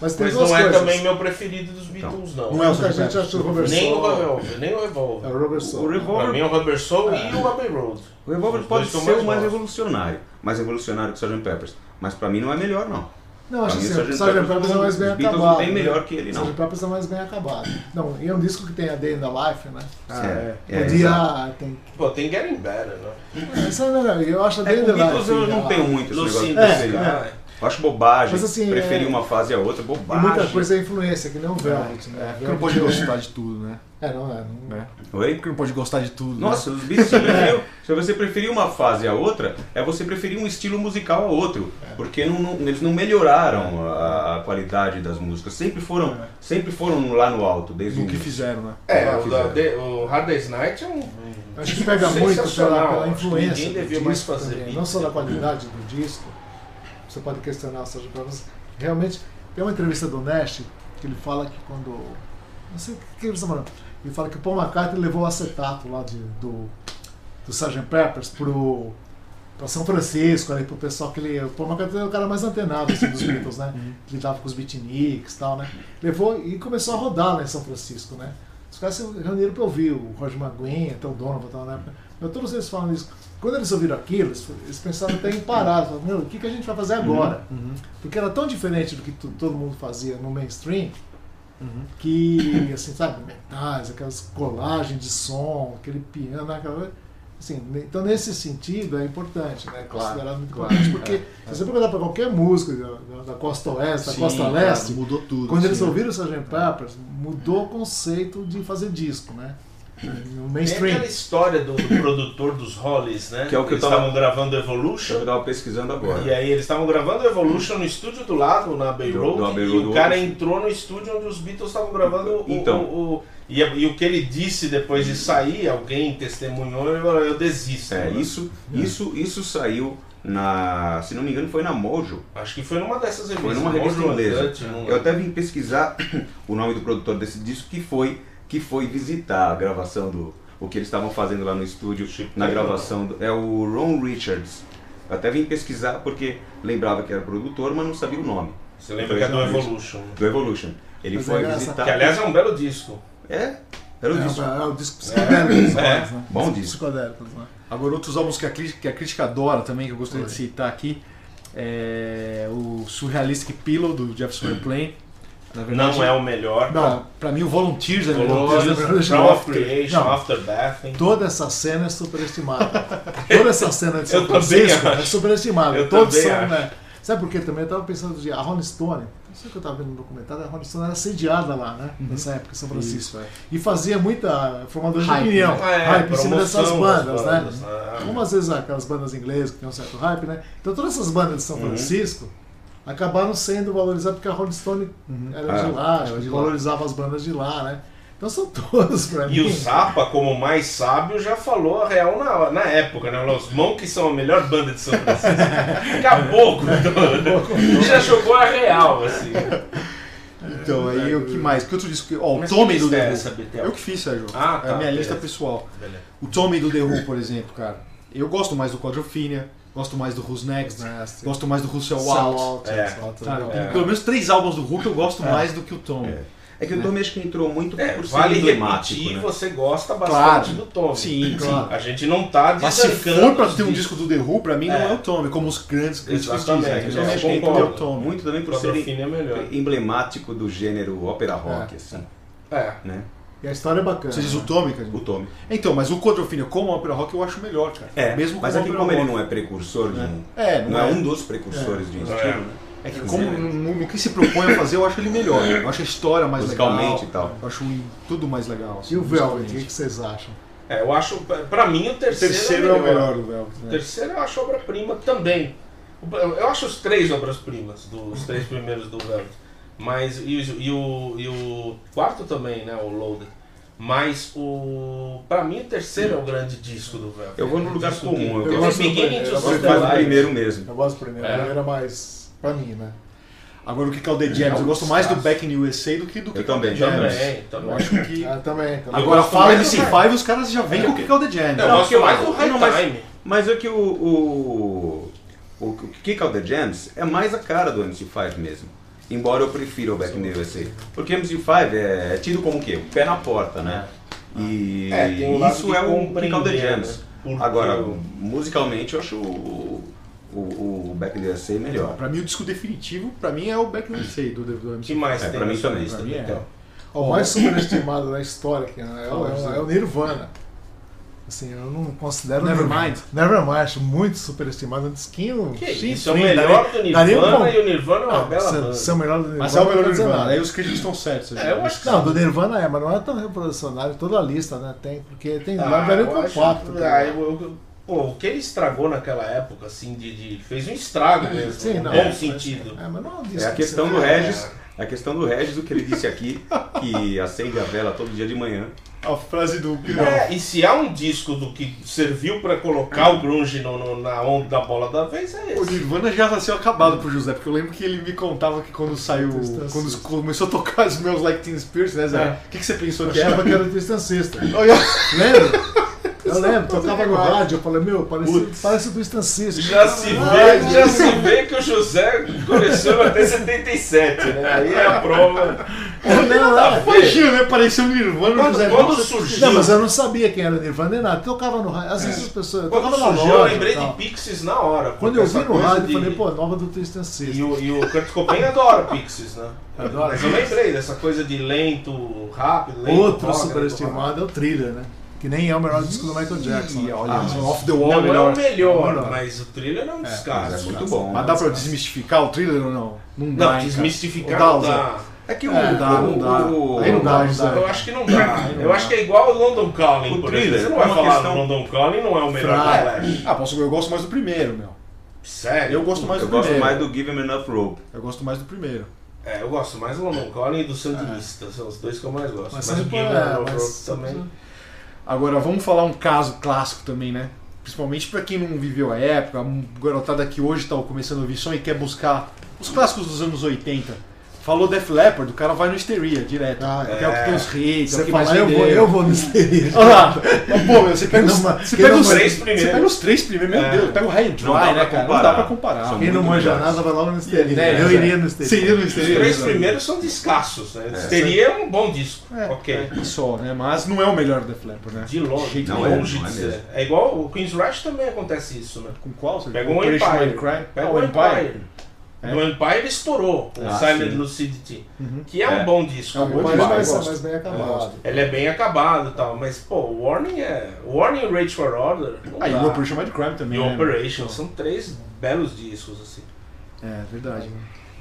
S2: Mas tem
S3: Mas
S2: duas
S3: não é
S2: coisas.
S3: também meu preferido dos
S4: Então.
S3: Beatles, não.
S5: Não é o
S2: Muita
S5: Sgt.
S2: gente
S5: Peppers.
S2: acha o Robert
S3: Nem o
S2: Soul.
S3: Revolver, nem o
S2: É
S3: Revolver.
S2: o Robert
S4: O
S2: Soul.
S3: Pra
S4: Revolver,
S3: mim é o Rubber Soul e o Abbey Road.
S4: o Revolver
S3: Os dois
S4: pode
S3: são
S4: ser o
S3: mais
S4: mais
S3: novos.
S4: revolucionário, mais revolucionário que o Sgt. Peppers, mas pra mim não é melhor, não.
S2: Não, acho
S4: Pra mim,
S2: assim,
S4: o Sgt.
S2: o Sgt. Peppers é
S4: não-
S2: mais bem
S4: tá os Beatles
S2: acabado.
S4: não tem
S2: né?
S4: melhor que ele,
S2: O
S4: não.
S2: Sgt. Peppers é mais bem acabado. Não, e é um disco que tem a Day in the Life, né?
S5: Ah, é.
S4: é, exato.
S2: Podia. Tem...
S3: Pô, tem Getting Better, né?
S2: Essa não, não, eu acho a
S4: É,
S2: Day in
S4: com
S2: the Life.
S4: Beatles eu
S2: ah,
S4: não tenho muito esse negócio de
S3: Lucinda, sei
S4: preferir.
S3: lá. é.
S4: Eu acho bobagem,
S2: Mas, assim,
S4: preferir
S2: é-
S4: uma fase a outra,
S2: E
S4: bobagem.
S2: muita coisa é influência, que nem o Velvet,
S5: É,
S2: né?
S5: porque não pode gostar de tudo, né?
S2: É, não é. Não...
S5: Né?
S4: Oi?
S5: Porque não pode gostar de tudo. né?
S4: Nossa, os Beatles você preferiu, um, se você preferir uma fase a outra, é você preferir um estilo musical a outro, porque não- não- eles não melhoraram a, a qualidade das músicas, sempre foram, sempre foram lá no alto desde o
S5: do que
S4: início.
S5: fizeram, né?
S3: É,
S4: Não
S3: o, da,
S4: fizeram.
S3: de, o Hard Day's Night é um. um
S2: Acho que pega
S3: disco
S2: muito pela,
S3: sensacional.
S2: pela
S3: Acho que
S2: influência.
S3: Ninguém
S2: do
S3: devia
S2: disco
S3: mais fazer
S2: também,
S3: isso.
S2: Não só da qualidade do disco. Você pode questionar o Sérgio Peppers. Realmente, tem uma entrevista do Nash que ele fala que quando. Não sei o que ele está falando. Ele fala que o Paul McCartney levou o acetato lá de, do, do Sgt. Peppers pro. Pra São Francisco, ali pro pessoal que ele. O Paul McCartney é o cara mais antenado assim, dos Beatles, né?
S3: Uhum.
S2: Que lidava com os beatniks e tal, né? Levou e começou a rodar lá em São Francisco, né? Os caras se reuniram pra ouvir, o Roger McGuinn, até o Donovan, tal, na época. Mas todos eles falam isso. Quando eles ouviram aquilo, eles, eles pensaram até em parar. Falaram, meu, o que, que a gente vai fazer agora?
S5: Uhum,
S2: Porque era tão diferente do que tu- todo mundo fazia no mainstream,
S5: Uhum.
S2: que, assim, sabe, metais, aquelas colagens de som, aquele piano, né, aquela coisa. Assim, ne- então, nesse sentido, é importante, né?
S5: Claro,
S2: Considerado muito
S5: claro,
S2: importante. Porque,
S5: é,
S2: se você perguntar pra qualquer música da, da- da costa oeste, da
S5: Sim,
S2: costa
S5: cara,
S2: leste,
S5: mudou tudo.
S2: quando eles
S5: assim, né?
S2: ouviram o Sgt. Peppers, mudou o conceito de fazer disco, né?
S3: É.
S2: No
S3: Tem
S2: mainstream.
S3: aquela história do, do produtor dos Hollies, né?
S4: Que é o que
S3: eles
S4: eu tava-
S3: estavam gravando
S4: Eu
S3: Evolution.
S4: estava pesquisando agora.
S3: E é. aí eles estavam gravando Evolution no estúdio do lado, na Bay
S4: Do-
S3: Road,
S4: do Abbey
S3: e
S4: Road
S3: o cara
S4: Road.
S3: entrou no estúdio onde os Beatles estavam gravando o-
S4: Então.
S3: o... o- e, e o que ele disse depois de sair, alguém testemunhou, ele falou, eu desisto.
S4: É,
S3: né?
S4: isso, isso, isso saiu na, se não me engano, foi na Mojo.
S3: Acho que foi numa dessas revistas.
S4: Foi numa revista
S3: Monjo
S4: inglesa.
S3: Andante, não
S4: Eu até vim pesquisar o nome do produtor desse disco que foi que foi visitar a gravação do o que eles estavam fazendo lá no estúdio
S3: Chip
S4: na
S3: Taylor.
S4: gravação do, é o Ron Richards. Eu até vim pesquisar porque lembrava que era produtor, mas não sabia o nome
S3: Você lembra que é do
S4: Exatamente.
S3: Evolution. né?
S4: do Evolution. Ele
S2: Mas é
S4: foi
S2: engraçado.
S4: visitar.
S3: Que aliás é um belo disco.
S4: é, era o
S2: É,
S4: disco.
S2: É, o disco psicodélico dos
S3: É.
S2: Boys, né?
S4: Bom disco.
S2: Psicodélicos, né?
S5: Agora, outros álbuns que a crítica, que a crítica adora também, que eu gostaria de citar aqui, é o Surrealistic Pillow, do Jefferson Airplane. Na verdade,
S3: Não é o melhor.
S5: Não, pra mim o Volunteers é o melhor.
S3: Colors,
S2: Colors,
S3: Crown of
S2: After-
S3: Creation,
S2: não.
S3: After Bathing.
S2: Toda essa cena é superestimada. Toda essa cena de São
S3: Eu também
S2: Francisco é
S3: acho.
S2: superestimada.
S3: Eu
S2: Todos
S3: também
S2: são,
S3: acho.
S2: né? Sabe por quê? Também eu tava pensando de a Rolling Stone, não sei o que eu tava vendo no documentário, a Rolling Stone era sediada lá, né?
S3: Uhum.
S2: Nessa época em São Francisco.
S5: Isso, é.
S2: E fazia muita formadora de
S5: Hype,
S2: opinião.
S5: né?
S2: Hype em cima
S3: É, promoção
S2: dessas
S3: das
S2: bandas, né?
S3: bandas, né?
S2: Como às vezes aquelas bandas inglesas que tem um certo hype, né? Então todas essas bandas de São Francisco acabaram sendo valorizadas porque a Rolling Stone
S5: Uhum.
S2: era
S4: Ah,
S2: de lá, acho
S5: era
S2: que
S5: de lá.
S2: valorizava as bandas de lá, né? Então são todas pra mim.
S3: E o Zappa, como mais sábio, já falou a real na, na época, né? Falou, Os Monkeys são a melhor banda de São Francisco. então, né? Acabou com tudo. Já jogou a real, assim.
S5: Então, então, aí o que mais? Que outro disco? Ó, o
S3: Mas
S5: Tommy
S3: que
S5: do
S3: lista é
S5: The
S3: essa,
S5: Who.
S3: Betel?
S5: Eu que fiz, Sérgio.
S3: Ah, tá,
S5: É a minha
S3: beleza.
S5: lista pessoal.
S3: Beleza.
S5: O Tommy do The Who, por exemplo, cara. Eu gosto mais do Quadrophenia, gosto mais do Who's Next, gosto mais do Who Sell Out.
S3: É.
S5: Sabe,
S2: Out.
S5: tem
S3: É.
S5: pelo menos três álbuns do Who que eu gosto mais do que o Tommy.
S4: É que o Tommy acho que entrou muito
S3: É,
S4: por ser
S3: vale
S4: emblemático,
S3: repetir,
S4: né?
S3: você gosta bastante
S5: Claro.
S3: do Tommy.
S5: Sim, claro.
S3: A gente não tá
S5: Mas se
S3: destacando.
S5: for pra
S3: os
S5: ter um
S3: discos.
S5: disco do The Who, pra mim não
S3: É.
S5: é o Tommy, como os grandes críticos
S3: Exatamente,
S5: dizem. Eu
S3: é,
S5: também acho que
S3: concordo.
S5: é o Tommy.
S4: Muito também por ser
S3: Quadrofina é melhor.
S4: emblemático do gênero ópera rock, assim,
S3: É.
S4: né?
S2: E a história é bacana.
S5: Você diz
S2: né?
S5: o Tommy, cara?
S4: O Tommy.
S5: Então, mas o Quadrophenia como ópera rock eu acho melhor, cara.
S4: É,
S5: Mesmo
S4: mas
S5: como
S4: aqui
S5: ópera
S4: como ele
S5: rock.
S4: não é precursor de um...
S5: É,
S4: Não é um dos precursores de um
S3: É.
S4: estilo, né?
S5: É que como no, no que se propõe a fazer, eu acho ele melhor. Eu acho a história mais
S4: Musicalmente
S5: legal.
S4: e
S5: Eu acho um, tudo mais legal. assim,
S2: E o Velvet, o
S5: musicalmente.
S2: que que vocês acham?
S3: É, eu acho. Pra mim, o
S5: O
S3: terceiro,
S5: terceiro é o melhor do Velvet.
S3: O
S5: Né?
S3: terceiro eu acho obra-prima também. O- Eu acho os três obras-primas, dos três primeiros do Velvet. Mas, e, o- e o, e o quarto também, né? O Loaded. Mas o. Pra mim o terceiro é o grande disco do Velvet.
S4: Eu vou no lugar
S3: Disco
S4: comum, eu
S3: que-
S2: gosto do
S3: Beginning
S2: primeiro,
S3: to
S2: eu gosto do
S4: Você faz o
S3: Starlight.
S4: primeiro mesmo.
S2: Eu gosto do primeiro,
S3: É.
S2: o primeiro é mais pra mim, né?
S5: Agora, o que que é o The Jams? Eu gosto mais do Back in USA do que do que
S4: Eu
S5: que é o
S4: também,
S5: The Jams.
S3: Também, então também.
S5: Eu acho que...
S2: Ah, também. também.
S5: Agora,
S3: gosto
S5: fala
S3: mais do
S5: MC5 e os caras já vêm com o que que é o The Jams.
S3: Eu
S4: Não,
S3: gosto
S4: que eu-
S3: mais do High
S4: não, mas-
S3: Time.
S4: Mas é que o... o... O o Kick Out The Jams é mais a cara do MC5 mesmo. Embora eu prefira o Back in the USA. Porque MC5 é tido como o quê? O pé na porta, né? E
S3: É, tem o lado
S4: isso
S3: de
S4: é o Kick Out The
S3: compreender,
S4: Jams.
S3: né? Porque
S4: Agora,
S3: o-
S4: musicalmente, eu acho o, o, o Back in the USA melhor.
S5: Pra mim, o disco definitivo, pra mim, é o Back in USA do, do, do
S3: O que
S5: MC5.
S3: mais
S4: É,
S3: tem
S4: pra
S3: na
S4: mim
S3: sua
S4: também,
S3: lista,
S5: pra mim é.
S3: Betel?
S2: O mais superestimado da história aqui, né? é, o, é o- é o Nirvana. Assim, eu não considero.
S5: Nevermind.
S2: Nevermind, acho muito superestimado. Um disquinho.
S3: Que
S2: sim,
S3: isso, é o
S2: sim,
S3: melhor
S2: daria-
S3: do
S2: daria um
S3: Nirvana
S2: bom-
S3: e o Nirvana é uma
S2: Não,
S3: bela
S2: se-
S3: banda.
S2: se é o melhor do Nirvana.
S5: Mas é o melhor
S2: não
S5: do
S2: quer dizer
S5: Nirvana.
S2: nada.
S5: Aí os críticos estão certos. né?
S3: É, eu acho que
S2: Não, do Nirvana é, mas não é tão revolucionário toda a lista, né? Tem, porque tem
S3: Ah,
S2: lá
S3: eu
S2: daria com
S3: acho-
S2: quatro. tá
S3: ah,
S2: ligado?
S3: eu- eu- pô, o que ele estragou naquela época, assim, de, de- fez um estrago mesmo,
S2: Sim,
S3: no
S2: não,
S3: bom
S2: mas-
S3: sentido.
S2: É, mas não é um disco
S4: É a
S2: que
S4: questão
S2: você-
S4: do Regis, é a questão do Regis, o que ele disse aqui, que acende a vela todo dia de manhã.
S5: A frase do...
S3: É, e se há um disco do que serviu pra colocar o grunge no- no- na onda da bola da vez, é
S5: O
S3: esse.
S5: Nirvana já nasceu acabado pro José, porque eu lembro que ele me contava que quando saiu.
S2: Tristeza.
S5: Quando começou a tocar os meus Like Teen Spirits, né, Zé? O
S3: É.
S5: que, que você pensou
S2: Eu
S5: que
S2: achava
S5: era?
S2: que era o Tristan Sister.
S5: Olha,
S2: Lembra? Eu lembro, tocava no
S5: igual.
S2: rádio, eu falei, meu, parece, parece o Tristan Sister.
S3: é Já se
S2: né?
S3: vê, já se vê que o José coleciona até 77, né? Aí é a prova.
S2: Eu lembro, lá.
S5: imagina, né? Pareceu o Nirvana o
S3: Quando,
S5: José.
S3: quando
S5: Nossa,
S3: surgiu,
S2: Tá Não, mas eu não sabia quem era o Nirvana nem nada. Tocava no rádio, às vezes as pessoas. Eu
S3: quando
S2: tocava na
S3: surgiu,
S2: loja.
S3: eu
S2: e
S3: lembrei de
S2: tal.
S3: Pixies na hora.
S2: Quando
S3: porque
S2: eu
S3: essa
S2: vi no
S3: coisa
S2: rádio,
S3: de-
S2: eu falei, pô, nova do Tristan Sister.
S3: E o, e o Kurt Cobain adora Pixies, né?
S2: Adora.
S3: Mas eu lembrei dessa coisa de lento, rápido, lento.
S2: Outro
S3: rock, lento, rock.
S2: superestimado é o Thriller, né? Que nem é o melhor disco do Michael Jackson.
S5: Ih,
S2: né?
S5: olha,
S2: Ah,
S5: mas
S2: mas-
S5: Off the Wall
S3: Não
S5: é melhor.
S3: é o melhor,
S2: Melhor.
S3: mas o thriller é um
S4: Cara, é
S3: descasso.
S4: muito bom.
S5: Mas
S4: né?
S5: dá pra desmistificar o thriller ou não? Não dá.
S3: Não,
S5: hein,
S3: desmistificar
S5: cara?
S3: não
S5: Ou dá,
S3: dá.
S4: É que o,
S2: É,
S5: Zé? Não dá, não
S4: o-
S5: dá. Aí não dá, José.
S3: Eu acho que não dá. Eu acho que é igual o London Calling,
S4: O
S3: por
S4: Thriller
S3: exemplo. Você não
S4: é
S3: vai
S4: uma
S3: falar
S4: questão-
S3: do London Calling, não é o melhor
S2: Fraco.
S3: do Flash.
S5: Ah, posso, eu gosto mais do primeiro, meu.
S3: Sério?
S5: Eu gosto mais
S4: eu
S5: do
S4: gosto
S5: primeiro.
S4: mais do Give 'Em Enough Rope.
S5: Eu gosto mais do primeiro.
S3: É, eu gosto mais do London Calling e do Sandinista. São os dois que eu mais gosto.
S2: Mas
S3: Mas,
S2: sabe
S3: o
S2: qual
S3: Game
S2: é?
S3: of
S2: Mas-
S3: Thrones também.
S5: Agora, vamos falar um caso clássico também, né? Principalmente pra quem não viveu a época, a garotada que hoje tá começando a ouvir som e quer buscar os clássicos dos anos 80. Falou Def Leppard, o cara vai no histeria direto.
S2: Ah,
S5: é, o que tem os hits, é o
S2: Você
S5: que mais
S2: fala, eu vou,
S5: vendeu.
S2: eu vou no exterior.
S5: Olha lá, mas, pô, meu, você pega os,
S2: Não,
S5: você
S2: quem
S5: pega
S2: não
S5: os
S2: manja-
S5: três primeiros. Você pega os três primeiros, meu
S3: É.
S5: Deus, pega o High and Dry,
S4: Não dá
S5: né,
S4: pra
S5: cara? Não
S4: comparar.
S5: dá pra comparar.
S4: São-
S2: Quem não manja
S4: Muito
S2: nada vai logo no exterior.
S5: né,
S2: É, Eu
S5: Zé?
S2: iria no
S5: Você
S2: exterior.
S5: iria no
S3: Os
S5: histeria?
S3: três
S5: né?
S3: primeiros são descassos, né? Seria um bom disco.
S5: É,
S3: ok.
S5: é, só, né? Mas não é o melhor Def Leppard, né?
S3: De longe,
S5: Jeito
S3: de
S4: não
S5: nenhum.
S4: é,
S3: longe
S4: não é
S3: de ser.
S4: mesmo.
S3: É igual o Queen's Rush também acontece isso, né?
S5: Com qual? você-
S3: Pega um Empire.
S5: Operation Mindcrime?
S3: Pega
S5: Ah,
S3: o Empire.
S5: É.
S3: No Empire ele estourou, o
S4: Ah,
S3: Silent
S4: sim.
S3: Lucidity,
S5: Uhum.
S3: que é, um
S4: É.
S3: bom disco.
S5: É um bom
S2: Mas
S5: demais,
S2: vai
S5: eu
S2: ser
S5: gosto.
S2: mais bem
S5: Eu
S2: acabado.
S5: gosto.
S3: Ele é bem acabado e tal, mas pô, o Warning é. o Warning e o Rage for Order. não
S5: Ah, e
S3: dá.
S5: o Operation Mindcrime
S3: E
S5: também,
S3: o
S5: né?
S3: Operation, são três belos discos, assim.
S5: É, verdade.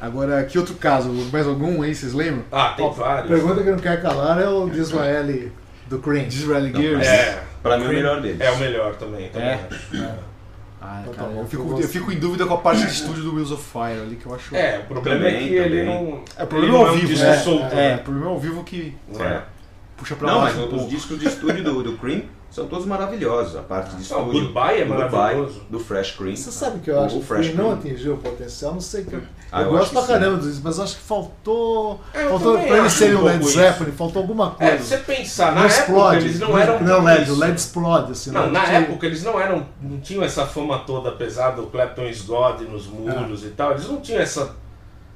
S5: Agora, que outro caso? Mais algum aí, vocês lembram?
S3: Ah, tem
S2: Ó,
S3: vários.
S2: Pergunta que não quer calar é o de Israel do Cream.
S5: Disraeli
S4: Não,
S5: Gears?
S3: É,
S4: Pra mim, é o melhor deles.
S3: é o melhor também, também
S5: É.
S3: acho.
S5: Ah,
S2: Então tá
S5: cara,
S2: bom,
S5: eu
S2: eu
S5: fico,
S2: gosto.
S5: eu fico em dúvida com a parte de estúdio do Wheels of Fire ali, que eu acho...
S3: É, o problema é
S4: Também,
S3: que ele
S4: também.
S3: não.
S5: É, o
S3: ele
S5: problema é
S3: não
S5: ao
S3: um
S5: vivo,
S3: disco
S5: né?
S3: solto.
S5: É, o problema é ao vivo que...
S3: Não é.
S4: É.
S5: puxa pra
S4: Não, mas
S5: baixo. um
S4: os
S5: pouco.
S4: discos de estúdio do, do Cream são todos maravilhosos. A parte de
S3: Ah, o
S4: estúdio.
S3: Goodbye é
S4: Goodbye,
S3: maravilhoso.
S4: do Fresh Cream.
S2: Você sabe que eu acho
S4: O
S2: que
S4: Fresh
S2: ele não
S4: Cream.
S2: atingiu o potencial, não sei que eu,
S4: Ah,
S2: eu
S4: eu acho
S2: gosto
S4: que
S2: pra
S4: sim.
S2: caramba disso, mas eu acho que faltou,
S3: É, eu
S2: faltou
S3: também
S2: pra ele
S3: acho
S2: ser
S3: um
S2: um Led
S3: pouco
S2: Zeppelin, faltou alguma
S3: É,
S2: coisa.
S3: se você pensar, na
S2: não
S3: época
S2: explode,
S3: eles não eram
S2: não é o
S3: tudo
S2: LED, o
S3: isso.
S2: LED explode assim.
S3: Não, na
S2: tinha-
S3: época eles não eram, não tinham essa fama toda, apesar do Clapton Scott nos muros e tal, eles não tinham essa,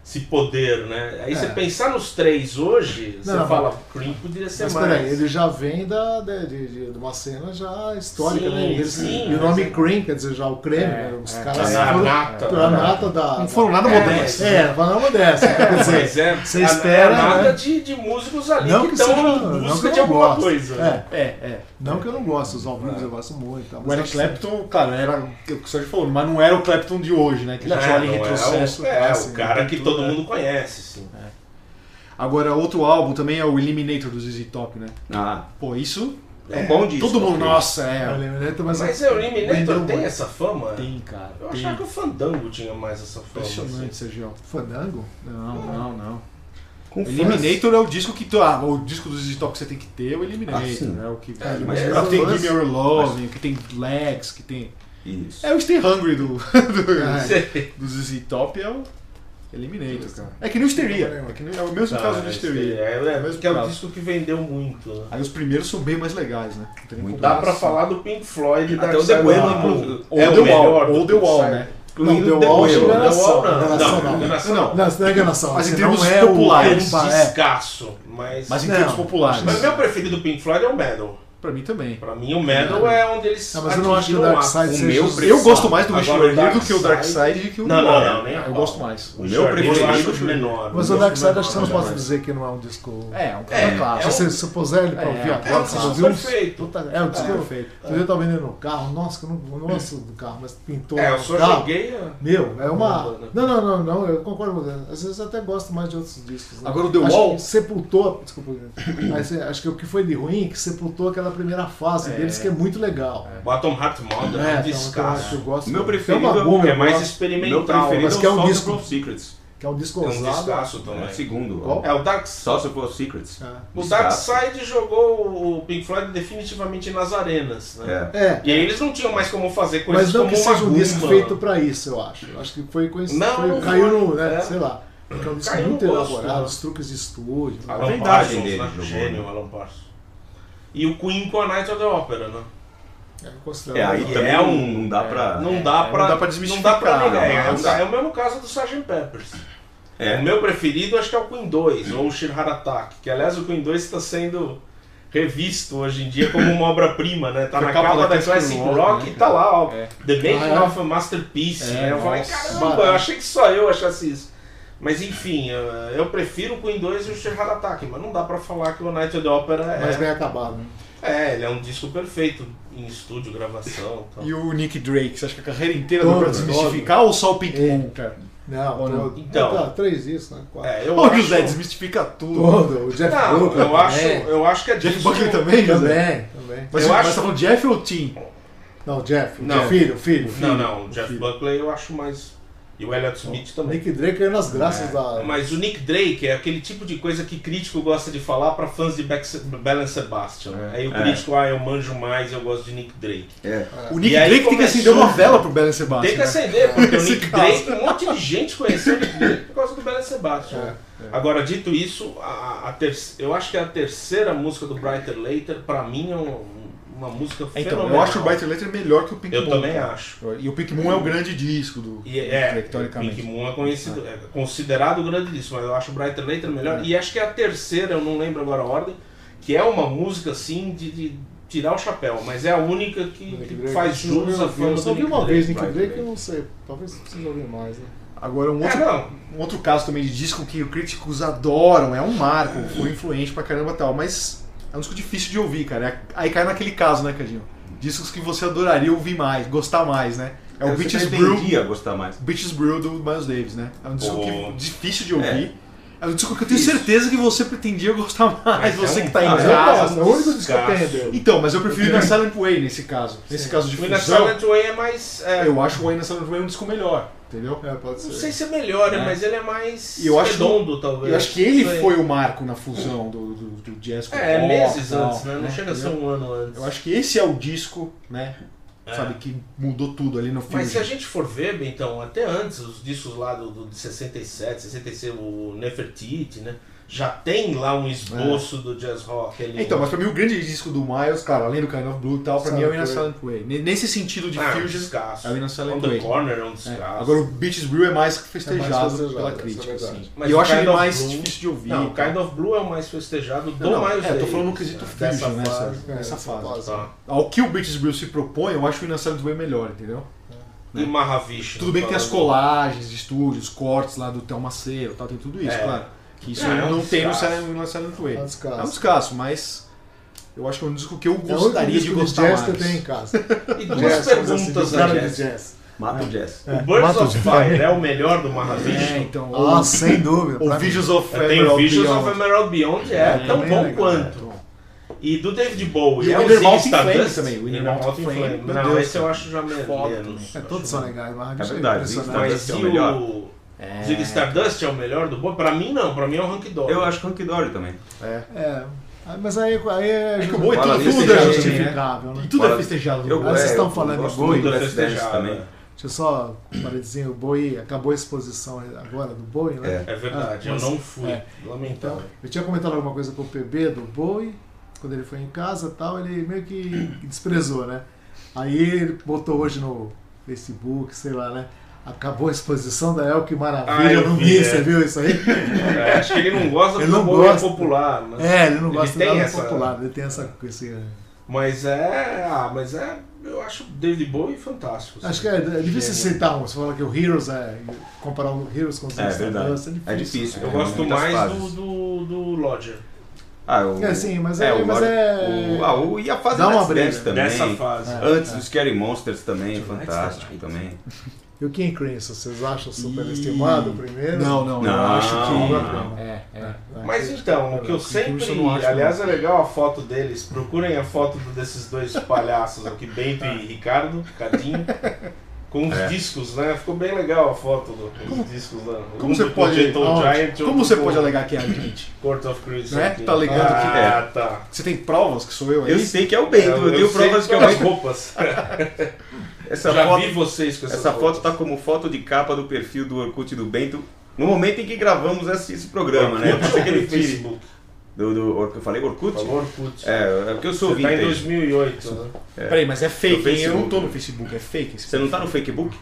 S3: esse poder, né? Aí
S2: É.
S3: você pensar nos três hoje, você
S2: Não, não,
S3: fala, Cream poderia ser
S2: Mas
S3: é mais.
S2: peraí, ele já vem da, de, de- de- de uma cena já histórica,
S3: Sim,
S2: né? Eles-
S3: sim,
S2: e o
S3: mas
S2: nome
S3: é-
S2: Cream, quer dizer, já o creme,
S5: É,
S2: né? Os
S5: é,
S2: caras
S3: é, a
S2: foram
S3: nata,
S2: a
S3: a
S2: nada da...
S5: Não foram nada
S3: É,
S5: modernos.
S3: mas-
S2: É, não foram nada dessa. Quer
S3: Por
S2: dizer,
S3: exemplo,
S2: você espera,
S3: nada
S2: né?
S3: de, de músicos ali
S2: Não
S3: é que
S2: que
S3: estão
S2: seja-
S3: em
S2: não que
S3: busca
S2: eu
S3: de alguma
S2: gosto.
S3: coisa. né? É.
S5: É, é.
S2: não que eu não gosto dos álbuns, eu gosto muito. tá? Mas
S5: O Eric
S2: acho-
S5: Clapton, claro, era o que o Sérgio falou, mas não era o Clapton de hoje, né? Que já tinha ali
S3: não é
S5: retrocesso.
S3: o- é,
S5: assim,
S3: o cara
S5: né,
S3: que
S5: tudo,
S3: todo
S5: né?
S3: mundo conhece, assim. sim.
S2: É.
S5: Agora, outro álbum também é o Eliminator do ZZ Top, né?
S4: Ah,
S5: Pô, isso.
S4: é um bom disco.
S5: todo
S3: né?
S5: mundo,
S4: ok.
S5: nossa,
S2: É, eu
S5: é.
S2: lembro, né? Mas,
S3: Mas é, o Eliminator
S2: vendeu
S3: tem
S2: muito.
S3: essa fama?
S5: Tem, cara.
S3: Eu
S5: tem.
S3: achava que o Fandango tinha mais essa fama. assim.
S5: Impressionante, Sérgio.
S2: Fandango?
S5: Não, não, não.
S4: Com
S5: Eliminator é o disco que tu. Ah, o disco do ZZ Top que você tem que ter é o
S4: Ah,
S5: Eliminator.
S4: sim.
S5: né? o que,
S4: É,
S5: mas
S4: mas
S5: o que tem
S4: fãs-
S5: Give Me Your Love, que tem Legs, que tem.
S4: fãs. Isso. É.
S5: É o Stay Hungry do, do,
S2: Ah,
S5: do ZZ Top é o Eliminator,
S2: Justo.
S5: cara. É que nem o Histeria. É, que nem- é o mesmo
S3: Tá,
S5: caso do
S3: mas
S5: Histeria.
S3: É, é,
S5: mesmo
S3: que é um
S5: caso.
S3: disco que vendeu muito. né?
S5: Aí os primeiros são bem mais legais, né? Não tem nem
S4: Muito
S5: como
S3: Dá pra
S5: assim.
S3: falar do Pink Floyd,
S4: Até
S3: Dark
S4: o The
S3: Side
S4: Whale,
S3: of the Moon.
S4: inclusive.
S5: Ou
S3: É
S5: The
S3: o
S5: Wall,
S3: melhor
S5: ou
S3: do
S5: The
S3: Dark
S5: Wall,
S3: Side.
S5: né?
S2: Não,
S4: Incluindo
S2: The Wall
S4: Whale.
S2: chega na-
S3: The Wall não.
S2: Relação, não.
S3: Não, relação
S5: Não,
S3: não.
S2: Não, isso não é enganação.
S5: Mas em
S2: você
S5: termos
S2: não é o-
S5: populares,
S3: É um
S2: Opa, é.
S3: descasso, mas...
S5: Mas em
S2: Não. é
S5: termos populares.
S3: Mas meu preferido do Pink Floyd é o Metal.
S5: Pra mim também.
S3: Pra mim, o Metal é onde eles.
S2: Não, mas eu não acho que o
S3: atingiram
S2: Dark
S3: a-
S2: Side
S4: o
S2: seja... um
S4: meu
S2: justo.
S4: preferido.
S5: Eu gosto mais do Wish You
S3: Agora,
S5: Were Here
S3: Dark
S5: do que o Dark Side e que o
S3: Não, não,
S5: Wall.
S3: não, nem a
S5: Eu
S3: pau.
S5: gosto mais.
S4: O meu preferido.
S3: Eu acho o é menor.
S2: Mas
S3: eu
S2: o Dark
S3: gosto
S2: Side
S3: do
S2: acho que você não
S3: menor.
S2: pode dizer que não é um disco...
S5: É, um
S3: É,
S5: cara
S2: Se
S5: clássico.
S3: é um-
S2: você se puser ele pra
S5: É,
S2: ouvir
S5: é
S2: a
S5: um
S2: placa, você
S3: disco
S2: ouviu uns-
S3: perfeito.
S2: Puta, É um disco
S5: É,
S2: perfeito.
S5: perfeito.
S2: Eu tava indo no carro, nossa, que eu não, não ouço do carro, mas pintou
S3: É, eu
S2: no
S3: só
S2: carro.
S3: joguei. a-
S2: Meu, é uma.
S3: Banda.
S2: Não, não, não, não, eu concordo com você. Às vezes eu até gosto mais de outros discos. né?
S5: Agora o The
S2: Acho
S5: Wall-
S2: que Sepultou. Desculpa, mas, é, acho que o que foi de ruim é que sepultou aquela primeira fase
S5: É.
S2: deles que é muito legal. É,
S3: Bottom Heart Mother,
S2: então,
S3: um
S2: então, eu acho que eu
S3: descasso.
S2: gosto.
S4: O meu
S2: Tem uma
S4: preferido é o
S2: boa,
S3: Que é
S2: eu
S3: mais
S2: gosto,
S4: Meu
S3: experimental.
S4: preferido
S2: mas
S4: é o
S2: que é um
S4: Sauce
S2: disco-
S4: of Secrets.
S2: Que é um disco
S3: É um
S2: ousado.
S3: descasso
S4: É o
S3: também.
S4: segundo.
S2: Qual?
S3: É, o Dark Side.
S4: Sauce of Secrets.
S2: É.
S3: O Dark
S4: Descasso.
S3: Side jogou o Pink Floyd definitivamente nas arenas, né?
S4: É.
S2: É,
S3: E aí eles não tinham mais como fazer coisas
S2: mas não
S3: como
S2: que
S3: uma
S2: seja um
S3: guma.
S2: disco feito pra isso, eu acho. Eu acho que foi com esse.
S3: Não,
S2: foi-
S3: não
S2: caiu
S3: foi.
S2: no. né,
S3: É.
S2: Sei lá. Porque é um disco
S3: Caiu no
S2: muito
S3: gosto,
S2: elaborado,
S3: né?
S2: os truques de estúdio.
S3: Alan
S4: verdade
S3: Parsons,
S4: dele
S3: né?
S4: jogou,
S3: Gênio,
S4: né?
S3: Alan Parsons. E o Queen com a Night of the Opera, né?
S2: É, considerado
S4: É, aí
S2: legal.
S3: E
S4: também
S3: é um-
S4: não dá pra.
S3: Não
S5: É,
S3: dá
S5: não
S3: pra.
S5: dá pra desmistificar,
S3: não dá pra negar.
S4: né?
S3: É,
S4: Não
S3: o-
S4: dá.
S3: é o mesmo caso do Sgt. Peppers.
S4: É.
S3: O meu preferido acho que é o Queen 2, ou o Shirhar Attack, que aliás o Queen 2 está sendo revisto hoje em dia como uma obra-prima, né? Tá
S5: Foi
S3: na
S5: a capa
S3: capa
S5: da
S3: da Classic
S5: Classic
S3: Rock,
S5: Rock,
S3: e
S5: né,
S3: tá lá, ó.
S5: É.
S3: The Making
S2: Ah, é?
S3: of a Masterpiece.
S5: É,
S3: né? Eu falei,
S5: nossa.
S3: caramba, eu achei que só eu achasse isso. Mas enfim, eu, eu prefiro o Queen 2 e o Shirhar Attack, mas não dá pra falar que o Night of the Opera
S2: Mas
S3: é.
S2: bem acabado. né?
S3: É, ele é um disco perfeito em estúdio, gravação e tal.
S5: E o Nick Drake, você acha que a carreira inteira
S2: Todo,
S5: deu pra desmistificar ou só o Pitbull, cara?
S2: Não,
S5: Ou não?
S2: todo-
S3: Então.
S2: Ah, três isso, né? Quatro.
S3: É, eu
S5: Ô,
S3: acho-
S5: José, desmistifica tudo.
S2: Todo, o Jeff
S3: Não,
S2: Brooker
S3: eu acho,
S2: também.
S3: eu acho que é
S5: Jeff
S3: disco-
S5: Buckley também, José?
S2: Também, também.
S5: Mas
S3: Eu
S5: você mas
S3: acho-
S5: você tá falando Jeff ou Tim?
S2: Não, Jeff, o
S3: Não.
S2: Jeff, filho, filho, filho.
S3: Não, não, o Jeff
S5: Filho.
S3: Buckley eu acho mais. E o Elliot Smith também.
S2: Nick Drake caiu nas graças da.
S3: É, Mas o Nick Drake é aquele tipo de coisa que crítico gosta de falar pra fãs de Beck- Belen Sebastian. Aí o
S4: É.
S3: crítico, ah, eu manjo mais, eu gosto de Nick Drake.
S4: É.
S5: O Nick
S3: E aí
S5: Drake tem que
S3: começou-
S5: acender uma vela pro Belen Sebastian.
S3: Tem que
S5: né?
S3: acender, porque o
S5: Nesse
S3: Nick
S5: caso.
S3: Drake, um monte de gente conheceu o Nick Drake por causa do Belen Sebastian.
S2: É,
S3: Agora, dito isso, a, a ter- eu acho que a terceira música do Brighter Later, pra mim, é um- uma música
S5: É, Então,
S3: fenomenal.
S5: eu acho o Brighter Letter melhor que o Pink
S3: Eu
S5: Moon.
S3: também
S5: cara.
S3: acho.
S5: E o Pink Moon é o grande disco do
S3: E
S5: do
S3: é,
S5: Drake, teoricamente.
S3: Pink Moon é, conhecido, é considerado o grande disco, mas eu acho o Brighter Later melhor. E acho que é a terceira, eu não lembro agora a ordem, que é uma música assim de, de tirar o chapéu, mas é a única que,
S2: Nick
S3: que
S2: Drake.
S5: é
S3: faz jus à
S2: Eu
S3: fama
S2: só
S3: do
S2: vi
S3: Nick
S2: uma
S3: Drake.
S2: vez Nick
S4: Brian
S2: Drake,
S4: Drake.
S2: eu não sei. Talvez precise ouvir mais, né?
S5: Agora, um
S3: É,
S5: outro,
S3: não.
S5: um outro caso também de disco que críticos adoram, é um marco, foi influente pra caramba e tal, mas é um disco difícil de ouvir, cara. É- Aí cai naquele caso, né, Cadinho? Discos que você adoraria ouvir mais, gostar mais, né? É o
S4: Eu
S5: Beaches
S4: sempre
S5: Brew,
S4: tendi a gostar mais.
S5: Beaches Brew do Miles Davis, né? É um disco
S3: Pô.
S5: que, difícil de ouvir. É. um disco que eu tenho certeza que você pretendia gostar
S3: Mas
S5: mais,
S3: é
S5: você
S3: um-
S5: que tá em
S4: Ah,
S2: Mas
S4: é
S2: eu gosto,
S5: casa.
S2: é o único disco que eu tenho
S3: descasso.
S2: dele.
S5: Então, mas eu prefiro ir na Silent Way nesse caso. Nesse
S2: Sim.
S5: caso de
S3: O In a
S5: fusão,
S3: Silent Way é mais. é,
S5: eu acho o Way na Silent Way um disco melhor. entendeu?
S2: É, pode
S3: Não
S2: ser.
S3: sei se melhora,
S5: É.
S3: mas ele é mais
S5: E eu acho-
S3: redondo, talvez.
S5: Eu acho que ele
S3: Não sei.
S5: foi o marco na fusão do, do, do jazz com
S3: É,
S5: o rock,
S3: meses
S5: tal,
S3: antes, né? Não chega a ser
S5: entendeu?
S3: um ano antes.
S5: Eu acho que esse é o disco, né?
S3: É.
S5: Sabe, que mudou tudo ali no filme.
S3: Mas se a gente for ver, então, até antes, os discos lá do, do de 67, 66, o Nefertiti, né? Já tem lá um esboço do jazz rock ali.
S5: É. Então, mas pra mim o grande disco do Miles, cara, além do Kind of Blue e tal, pra
S2: Silent
S5: mim é o In a
S2: Way.
S5: Silent Way. Ne- Nesse sentido de
S3: ah, é um
S5: Fusion,
S3: descasso.
S5: é o In a Silent
S3: On the
S5: Way.
S3: Corner é um
S5: É,
S3: descasso.
S5: Agora o Beaches Brew é mais festejado,
S2: festejado,
S5: pela
S2: essa é
S5: crítica,
S2: verdade.
S5: assim.
S3: Mas
S5: e eu
S3: o
S5: acho ele
S3: Kind of
S5: mais
S3: Blue-
S5: difícil de ouvir.
S3: Não,
S5: e
S3: o
S5: tal.
S3: Kind of Blue é o mais festejado do
S5: então. Não,
S3: Miles
S5: é, tô
S3: Davis,
S5: falando no quesito
S3: né? Dessa
S5: fusion, né,
S3: fase.
S2: É,
S5: Sérgio? Nessa fase.
S3: Tá.
S5: Ao que o Beaches Brew se propõe, eu acho o In a Silent Way melhor, entendeu?
S3: E Mahavishnu.
S5: É. Tudo bem que tem as
S3: falando-
S5: colagens de estúdios, cortes lá do Théo Maceiro, tal, tem tudo isso,
S3: É.
S5: claro. Que isso
S3: É, é um
S5: não tem no
S3: descasso.
S5: Silent, no Silent Way.
S2: É um descasso.
S5: É um descasso, mas eu acho que é um disco que eu
S2: É o único
S5: gostaria de
S2: disco de
S5: gostar
S2: jazz
S5: mais.
S2: que eu tenho em casa.
S3: E
S2: Jazz,
S3: duas
S2: vamos dizer assim,
S3: perguntas
S2: do
S3: a
S2: cara de
S3: Jess.
S2: jazz.
S4: Mata o jazz.
S3: O Birds
S2: Mata
S3: of
S2: o
S3: Fire é o melhor do Mahavishnu?
S5: É, então.
S2: Ah, sem dúvida.
S5: Ou
S2: pra mim.
S5: Visions of
S3: É, Tem
S5: Emerald
S3: o Visions
S5: Beyond.
S3: of Emerald Beyond, é,
S5: É,
S3: tão
S2: também é
S3: bom
S2: legal,
S3: quanto. E do David Bowie,
S5: E o
S3: é o
S5: Inner Mountain
S3: Ziggy Stardust
S5: Flame também, o Inner Mountain
S3: Mountain
S5: Flame, meu
S3: Não,
S5: Deus,
S3: esse eu acho já me-
S5: Foda
S3: menos.
S2: É, todos são legais, mas
S4: É verdade,
S2: impressionante.
S3: Mas
S4: Esse
S3: se
S4: é o melhor.
S3: o
S5: É.
S3: Ziggy Stardust é o melhor do Bowie? Pra mim não, pra mim é o Rank Dog.
S4: Eu acho que o Hunky Dory também.
S5: É.
S2: É, Ah, mas aí, aí é,
S5: que o Bowie
S4: Fala
S5: tudo,
S4: nisso,
S5: tudo é
S4: gente,
S5: justificável,
S2: justificável,
S5: né?
S2: né?
S5: E tudo é
S4: Fala-
S5: festejado.
S4: Eu,
S2: Ah,
S5: né?
S2: vocês
S4: é,
S2: estão
S4: eu
S2: falando
S4: gosto
S2: do Bowie,
S4: muito do
S3: Last Dance
S4: Dance
S3: também.
S4: também.
S2: Deixa eu só um paredezinho, o Bowie, acabou a exposição agora do Bowie, né?
S4: É.
S3: É verdade,
S2: Ah,
S3: eu
S2: mas-
S3: não fui.
S2: é. Então,
S3: Lamentável.
S2: eu tinha comentado alguma coisa com o PB do Bowie, quando ele foi em casa e tal, ele meio que desprezou, né? Aí ele botou hoje no Facebook, sei lá, né? Acabou a exposição da El, que
S3: Ah,
S2: maravilha,
S3: eu
S2: não
S3: vi,
S2: vi,
S3: é.
S2: você viu isso aí?
S3: É, acho que ele não gosta
S2: Ele
S3: porque o
S2: não
S3: Bowie é
S2: gosta.
S3: popular. Mas...
S2: É, ele não
S3: Ele
S2: gosta
S3: tem
S2: nada
S3: essa-
S2: popular, ele tem essa esse,
S3: Mas é. Ah, mas é. Eu acho o David Bowie fantástico. assim.
S2: Acho que é, é difícil
S3: Gênio.
S2: citar um, você fala que o Heroes é. Comparar o Heroes com os
S4: É
S2: Stardust
S4: verdade. É difícil.
S3: Eu
S4: É,
S3: gosto
S4: muitas
S3: mais do,
S4: fases.
S3: do, do Lodger.
S4: Ah, o...
S2: É, sim, mas é- mas
S4: Lorde-
S2: é-
S4: o- ah, o- E a fase
S2: Dá uma
S4: Let's
S2: briga.
S4: Dance também.
S3: Nessa fase.
S4: Antes do Scary Monsters também,
S3: Tonight's
S4: fantástico
S3: the night.
S4: também.
S2: E o King Crimson, vocês acham superestimado
S5: Ih,
S2: primeiro?
S5: Não, não, eu
S4: Não,
S5: acho
S4: não.
S5: que. É, é.
S4: Tá.
S2: É.
S3: Mas então, o que eu sempre.
S5: Isso eu não acho,
S3: Aliás, é legal a foto deles. Procurem a foto do- desses dois palhaços aqui, Bento e Ricardo, Cadinho. Com os
S4: É.
S3: discos, né? Ficou bem legal a foto do- com os discos lá. Um
S5: Como você
S3: com
S5: pode.
S3: Gentle
S5: aonde?
S3: Giant, outro
S5: Como você
S3: com
S5: pode alegar que é a gente?
S3: Court of Crimson.
S5: Né?
S3: aqui.
S5: Tá ligado
S3: ah,
S4: que é.
S3: Ah, tá.
S5: Você tem provas que sou eu aí?
S4: Eu sei que é o Bento, eu, tenho
S3: sei
S4: provas que é o
S3: pelas
S4: Bento.
S3: roupas.
S4: Essa
S3: Já
S4: foto,
S3: vi vocês com essas
S4: essa foto
S3: roupas.
S4: tá como foto de capa do perfil do Orkut do Bento no momento em que gravamos esse, esse programa, né? Pode ser que ele tire.
S3: Facebook.
S4: Do, do, Orkut- eu falei Orkut?
S3: Falou Orkut.
S4: É, é porque eu sou
S3: Você tá em
S4: vintage.
S3: 2008, né?
S5: Peraí, mas é fake,
S4: No
S5: hein? Eu não
S4: Facebook.
S5: tô no Facebook, é fake esse
S4: Você não tá no Facebook?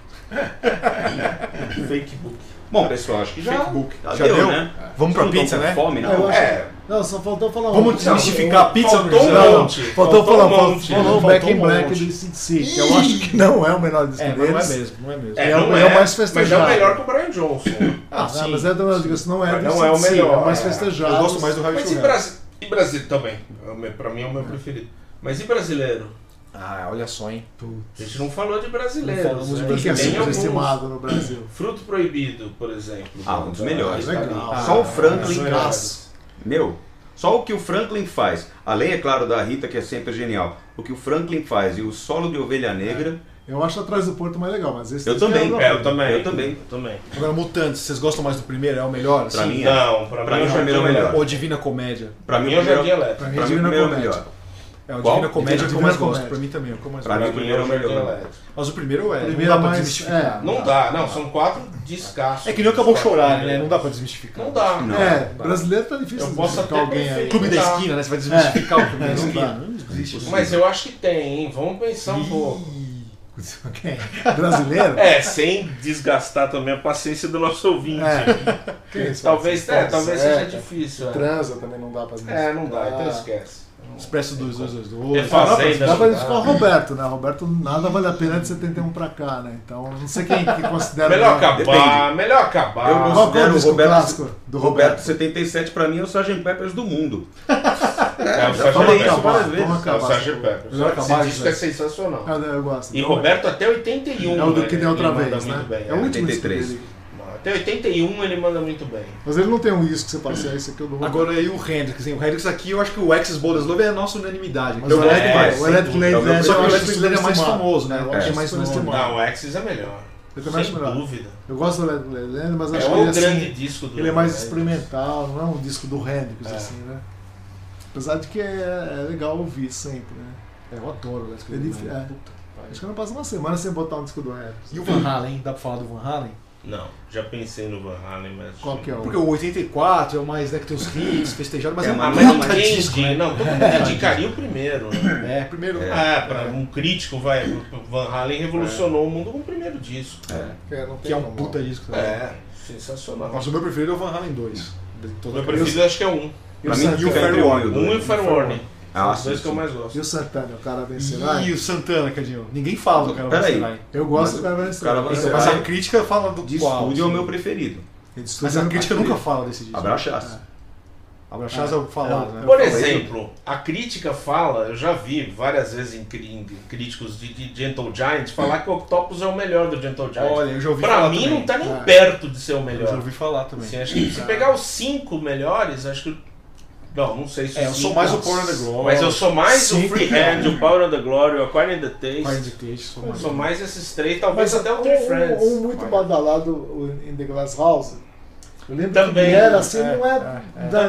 S3: Facebook.
S4: Bom, pessoal, acho que já,
S5: Facebook.
S4: já
S5: Já
S4: deu,
S5: deu?
S4: né?
S5: Vamos pra
S4: Vocês não tão
S5: pizza,
S4: com
S5: né?
S4: Fome,
S2: Eu
S4: não?
S2: acho-
S3: É.
S2: Não, só faltou falar um.
S5: Vamos
S2: Não,
S5: desmistificar a pizza,
S3: faltou
S5: Luiz?
S3: um
S5: Não, não.
S3: monte.
S2: Faltou,
S3: Faltou
S2: falar,
S3: um
S2: faltou,
S3: monte.
S2: falou o
S5: Faltou
S2: Back
S5: um
S2: in Black
S5: monte.
S2: do CDC, que eu acho que não é o menor disco
S5: É, mas
S2: deles.
S5: não é mesmo, não é mesmo.
S2: É,
S3: não
S2: o- é o mais
S3: Mas é
S2: festejado.
S3: o melhor que o Brian Johnson.
S2: Ah, mas é do meu disco, não é
S3: Mas
S2: do
S3: não é o
S2: CDC,
S3: melhor,
S2: é o mais
S3: é.
S2: festejado.
S5: Eu gosto mais do Ravi
S3: Mas e
S5: Sugar.
S3: Brasil? E Brasil também. É o meu- Pra mim é o meu preferido. Mas e brasileiro?
S5: Ah, olha só, hein?
S3: A gente não falou de brasileiro.
S5: Não falamos de
S2: O que é
S5: Tem
S2: superestimado no Brasil? é
S3: Fruto Proibido, por exemplo.
S4: Ah, um dos melhores.
S3: Tá ali.
S2: Legal.
S4: Só o
S5: Ah,
S4: Franklin.
S3: legal.
S4: É, Meu, só o que o Franklin faz. Além, é claro, da Rita, que é sempre genial. O que o Franklin faz e o solo de Ovelha Negra.
S2: Eu acho Atrás do Porto mais legal, mas esse
S4: Eu
S2: disco
S4: também,
S2: é
S3: É, eu também.
S4: Eu também.
S5: Agora, Mutantes, vocês gostam mais do primeiro? É o melhor?
S4: Pra mim,
S3: Não, pra,
S4: Pra
S3: mim
S4: mim, o primeiro é o melhor.
S5: Ou Divina Comédia?
S4: Pra mim,
S3: eu
S4: o
S3: joguei
S4: primeiro,
S3: elétrico.
S2: Pra mim é
S4: pra mim, o
S2: Divina
S4: primeiro é o
S2: Comédia.
S4: melhor.
S5: É, o
S4: Qual?
S5: Divina Comédia é o que eu
S2: Divina
S5: mais
S2: Comédia.
S5: gosto. Pra mim também é o que eu mais
S4: Pra mim,
S5: gosto.
S4: o primeiro é o melhor.
S3: elétrico.
S5: Mas o primeiro é.
S2: Primeiro
S5: não
S2: é
S5: dá pra
S2: mais-
S5: desmistificar.
S2: é.
S3: Não dá, não. São quatro descassos.
S5: É que nem acabou de chorar, né? Não dá pra desmistificar.
S3: Não dá.
S4: Não.
S2: É, brasileiro tá difícil
S3: Eu
S2: de
S3: posso
S2: identificar
S3: até
S2: alguém aí.
S3: preferir.
S5: Clube da
S3: Não.
S5: Esquina, né? Você vai desmistificar o Clube da
S2: É, não
S5: Esquina?
S2: dá.
S5: Não existe. isso.
S3: Mas eu acho que tem, hein? Vamos pensar um pouco.
S2: Quem? Brasileiro?
S3: É, sem desgastar também a paciência do nosso ouvinte.
S2: Quem é esse
S3: Talvez,
S2: participante?
S3: é, talvez
S2: É,
S3: seja difícil. é.
S2: Transa também não dá pra
S3: É, não dá, então
S2: Ah.
S3: esquece.
S5: Expresso 2222.
S3: É fazenda.
S2: Dá pra identificar o Roberto, né? O Roberto nada vale a pena de 71 pra cá, né? Então, não sei quem que considera.
S3: Melhor
S2: melhor.
S3: acabar, melhor acabar.
S4: Eu
S2: Qual que é
S4: Considero
S2: o
S4: o
S2: disco
S4: Roberto-
S2: clássico do
S4: Roberto
S2: Roberto?
S4: 77, pra mim, é o Sgt. Peppers do mundo.
S3: É, o
S4: já
S3: Sérgio
S4: falei
S3: Pepe.
S4: isso
S2: acabar,
S4: várias vezes.
S2: vamos
S3: É, o
S2: acabar.
S3: Sérgio Pepe.
S5: Melhor acabar,
S3: Esse disco é
S5: José.
S3: sensacional.
S2: Ah, Eu gosto.
S3: E
S2: então,
S3: Roberto até 81.
S2: É o do
S3: né,
S2: que deu outra
S3: ele manda
S2: vez,
S3: muito
S2: né?
S3: bem,
S2: É o último disco
S4: 83.
S2: dele.
S3: Até 81 ele manda muito bem.
S2: Mas ele não tem um disco que você fala assim, ah, esse aqui eu dou.
S5: Agora aí o Hendrix, hein? O Hendrix aqui, eu acho que o Axis Boulder's Love é a nossa unanimidade.
S2: mas
S5: Eu assim,
S2: o
S5: gosto
S2: Electric
S4: é,
S2: Lady, o
S4: sem
S2: Electric
S4: dúvida.
S2: Lady
S4: É o meu
S2: Lady
S5: Só que o
S2: eu acho
S5: Electric Lady é mais
S2: superestimado.
S5: famoso, né?
S2: Eu
S5: É,
S2: acho
S5: mais
S2: superestimado.
S5: nome.
S3: Não, o Axis é melhor.
S2: Eu também acho
S3: Sem
S2: melhor.
S3: dúvida.
S2: Eu gosto do Led Zeppelin, mas
S3: É
S2: acho que
S3: o
S2: ele, assim,
S3: grande disco do
S2: ele é mais
S3: Led Zeppelin.
S2: experimental, não é um disco do Hendrix,
S3: É.
S2: assim, né? Apesar de que é, é legal ouvir sempre, né?
S5: É, eu adoro o
S2: É
S5: Led Zeppelin.
S2: dif- é. Acho que eu não passo uma semana sem botar um disco do Hendrix.
S5: E o Van Halen, dá pra falar do Van Halen?
S3: Não, já pensei no Van Halen, mas.
S2: Qual que é o...
S5: Porque o 84 é o mais, né, que tem os hits, festejados, mas
S4: É,
S5: é,
S4: mas
S5: uma
S3: Ah,
S5: um
S3: mas
S5: puta
S3: ninguém
S5: disco,
S3: indica-
S5: né?
S3: Não, todo mundo indicaria o primeiro, né?
S5: É, primeiro...
S3: Ah, pra um crítico, vai. Van Halen revolucionou o mundo com o primeiro disco.
S2: É, não tem
S5: Que é um
S2: como.
S5: puta disco também.
S3: É. É, sensacional.
S5: Mas o meu preferido é o Van Halen 2. de toda
S3: Meu
S5: a
S3: preferido acho que é um.
S2: E o
S5: San-
S4: Pra mim,
S2: Santana,
S5: e o
S4: fica
S5: Fair
S4: entre um e o
S3: Um e
S4: dois.
S3: Fire Warning. São
S4: Ah,
S3: os dois
S4: sim,
S3: que eu
S4: sim.
S3: mais
S2: E
S3: gosto.
S2: o Santana, o cara vencerá?
S5: carreira. E é o Santana, Cadinho? Ninguém fala do cara
S4: Peraí.
S5: Vancerai.
S2: Eu gosto
S4: Mas
S2: do cara
S4: o cara
S2: vencerá. Então,
S4: vai-
S5: Mas
S4: Vancerai.
S5: a crítica fala do
S4: De
S5: qual?
S4: estúdio é o
S5: assim?
S4: meu preferido.
S5: Mas a crítica nunca fala desse disco.
S4: Abraçaço.
S5: Abraxás é o falado, né?
S3: Por
S4: Eu falei.
S3: exemplo, a crítica fala, eu já vi várias vezes em, cri- em críticos de, de Gentle Giant falar que o Octopus é o melhor do Gentle Giant.
S5: Olha, eu já ouvi
S3: pra
S5: falar
S3: mim
S5: também.
S3: não tá nem
S2: Ah.
S3: perto de ser o
S5: Eu já
S3: melhor.
S5: ouvi falar também.
S3: Assim, acho que se pegar os cinco melhores, acho que. Não, não sei se.
S5: É, eu
S3: os
S5: sou
S3: cinco,
S5: mais o Power and the Glory.
S3: Mas eu sou mais o
S5: Cinco,
S3: Freehand,
S5: cara.
S3: o Power and the Glory, o Aquarium and the Taste.
S5: Quarto de Taste, sou
S3: Eu
S5: mais.
S3: sou mais esses três, talvez
S2: Mas
S3: até o
S2: um-
S3: Three Friends.
S2: Um, um muito badalado, o In The Glass House. Eu lembro
S3: Também,
S2: que era assim,
S5: é,
S2: não, é,
S5: é, é.
S2: da- não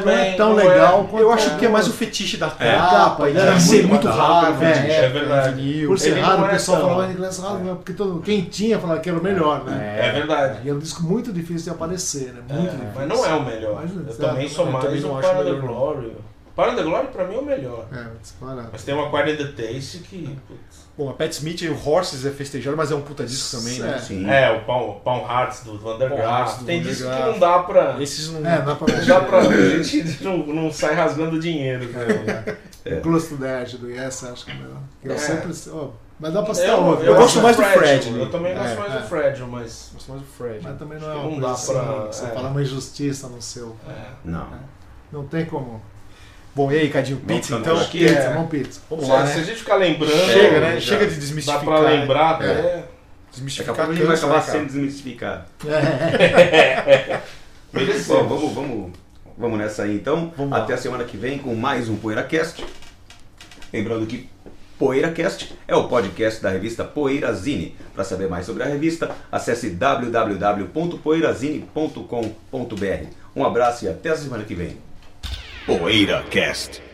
S2: é
S3: Também,
S2: tão
S3: não é.
S2: legal quanto.
S5: Eu acho que é mais o fetiche da
S2: capa,
S4: Ah,
S5: capa,
S2: ele
S5: ele
S2: era
S5: era ser
S2: muito
S5: muito raro,
S2: barato,
S5: né?
S3: é verdade.
S5: vinil.
S2: Por ser
S3: Ele
S2: raro,
S3: não
S2: o
S3: é
S2: pessoal
S3: tão-
S2: falava In The Glass House, né? porque todo, quem tinha falava que era o melhor, né?
S3: É verdade.
S2: E era um disco muito difícil de aparecer, né? Muito
S3: É,
S2: difícil.
S3: mas não é o melhor.
S2: Mas,
S3: eu
S2: certo,
S3: também sou
S5: eu
S3: mais
S5: também não
S3: o
S5: acho
S3: Para the
S5: melhor, não.
S3: Glory. Para the Glory pra mim é o melhor.
S2: É, disparado.
S3: Mas tem uma Aquarium and the Taste que. putz.
S5: Bom, a Pat Smith e o Horses é festejado, mas é um puta disco também, né?
S2: Certo.
S4: Sim.
S3: É, o Pawn, Pawn Hearts do
S5: Hearts
S3: Vandergraaf.
S5: do
S3: Tem
S5: Van der
S3: disco que
S5: Graaf.
S3: não dá pra.
S5: Esses não.
S2: É, dá pra
S3: Não dá pra. A gente não, não sai rasgando dinheiro. Né?
S2: O Close to the Edge do Yes, acho que é melhor. Eu
S3: É.
S2: sempre. ó, mas dá pra citar
S3: Eu,
S2: outro.
S5: tá eu
S2: né?
S5: gosto mais do Fred,
S3: Eu
S5: né?
S3: também gosto
S5: É,
S3: mais
S2: é.
S3: do Fred, mas.
S5: Gosto mais do Fred.
S2: Mas também não é
S3: Acho que
S2: uma
S3: não dá
S2: coisa assim,
S3: pra-
S2: que você
S3: é.
S2: fala uma injustiça no seu.
S4: Não.
S2: Não tem como.
S5: Bom, e aí, Cadinho?
S4: Vamos
S5: Pizza,
S4: ficar
S5: então?
S4: no-
S2: Pizza,
S3: é.
S2: mão pizza.
S5: Vamos
S3: se,
S5: lá,
S3: se a
S5: né?
S3: gente ficar lembrando.
S5: Chega, né?
S4: já.
S5: Chega de
S3: Dá
S5: desmistificar.
S3: pra lembrar até.
S5: né?
S4: Daqui a
S5: Desmistificar
S4: pouco a gente vai
S5: cansa,
S4: acabar
S5: né, cara?
S4: sendo desmistificado.
S2: É.
S4: Bom, vamos, vamos, vamos nessa aí então.
S5: Vamos lá.
S4: Até a semana que vem com mais um PoeiraCast. Lembrando que PoeiraCast é o podcast da revista Poeirazine. Para saber mais sobre a revista, acesse www.poeirazine.com.br. Um abraço e até a semana que vem. PoeiraCast.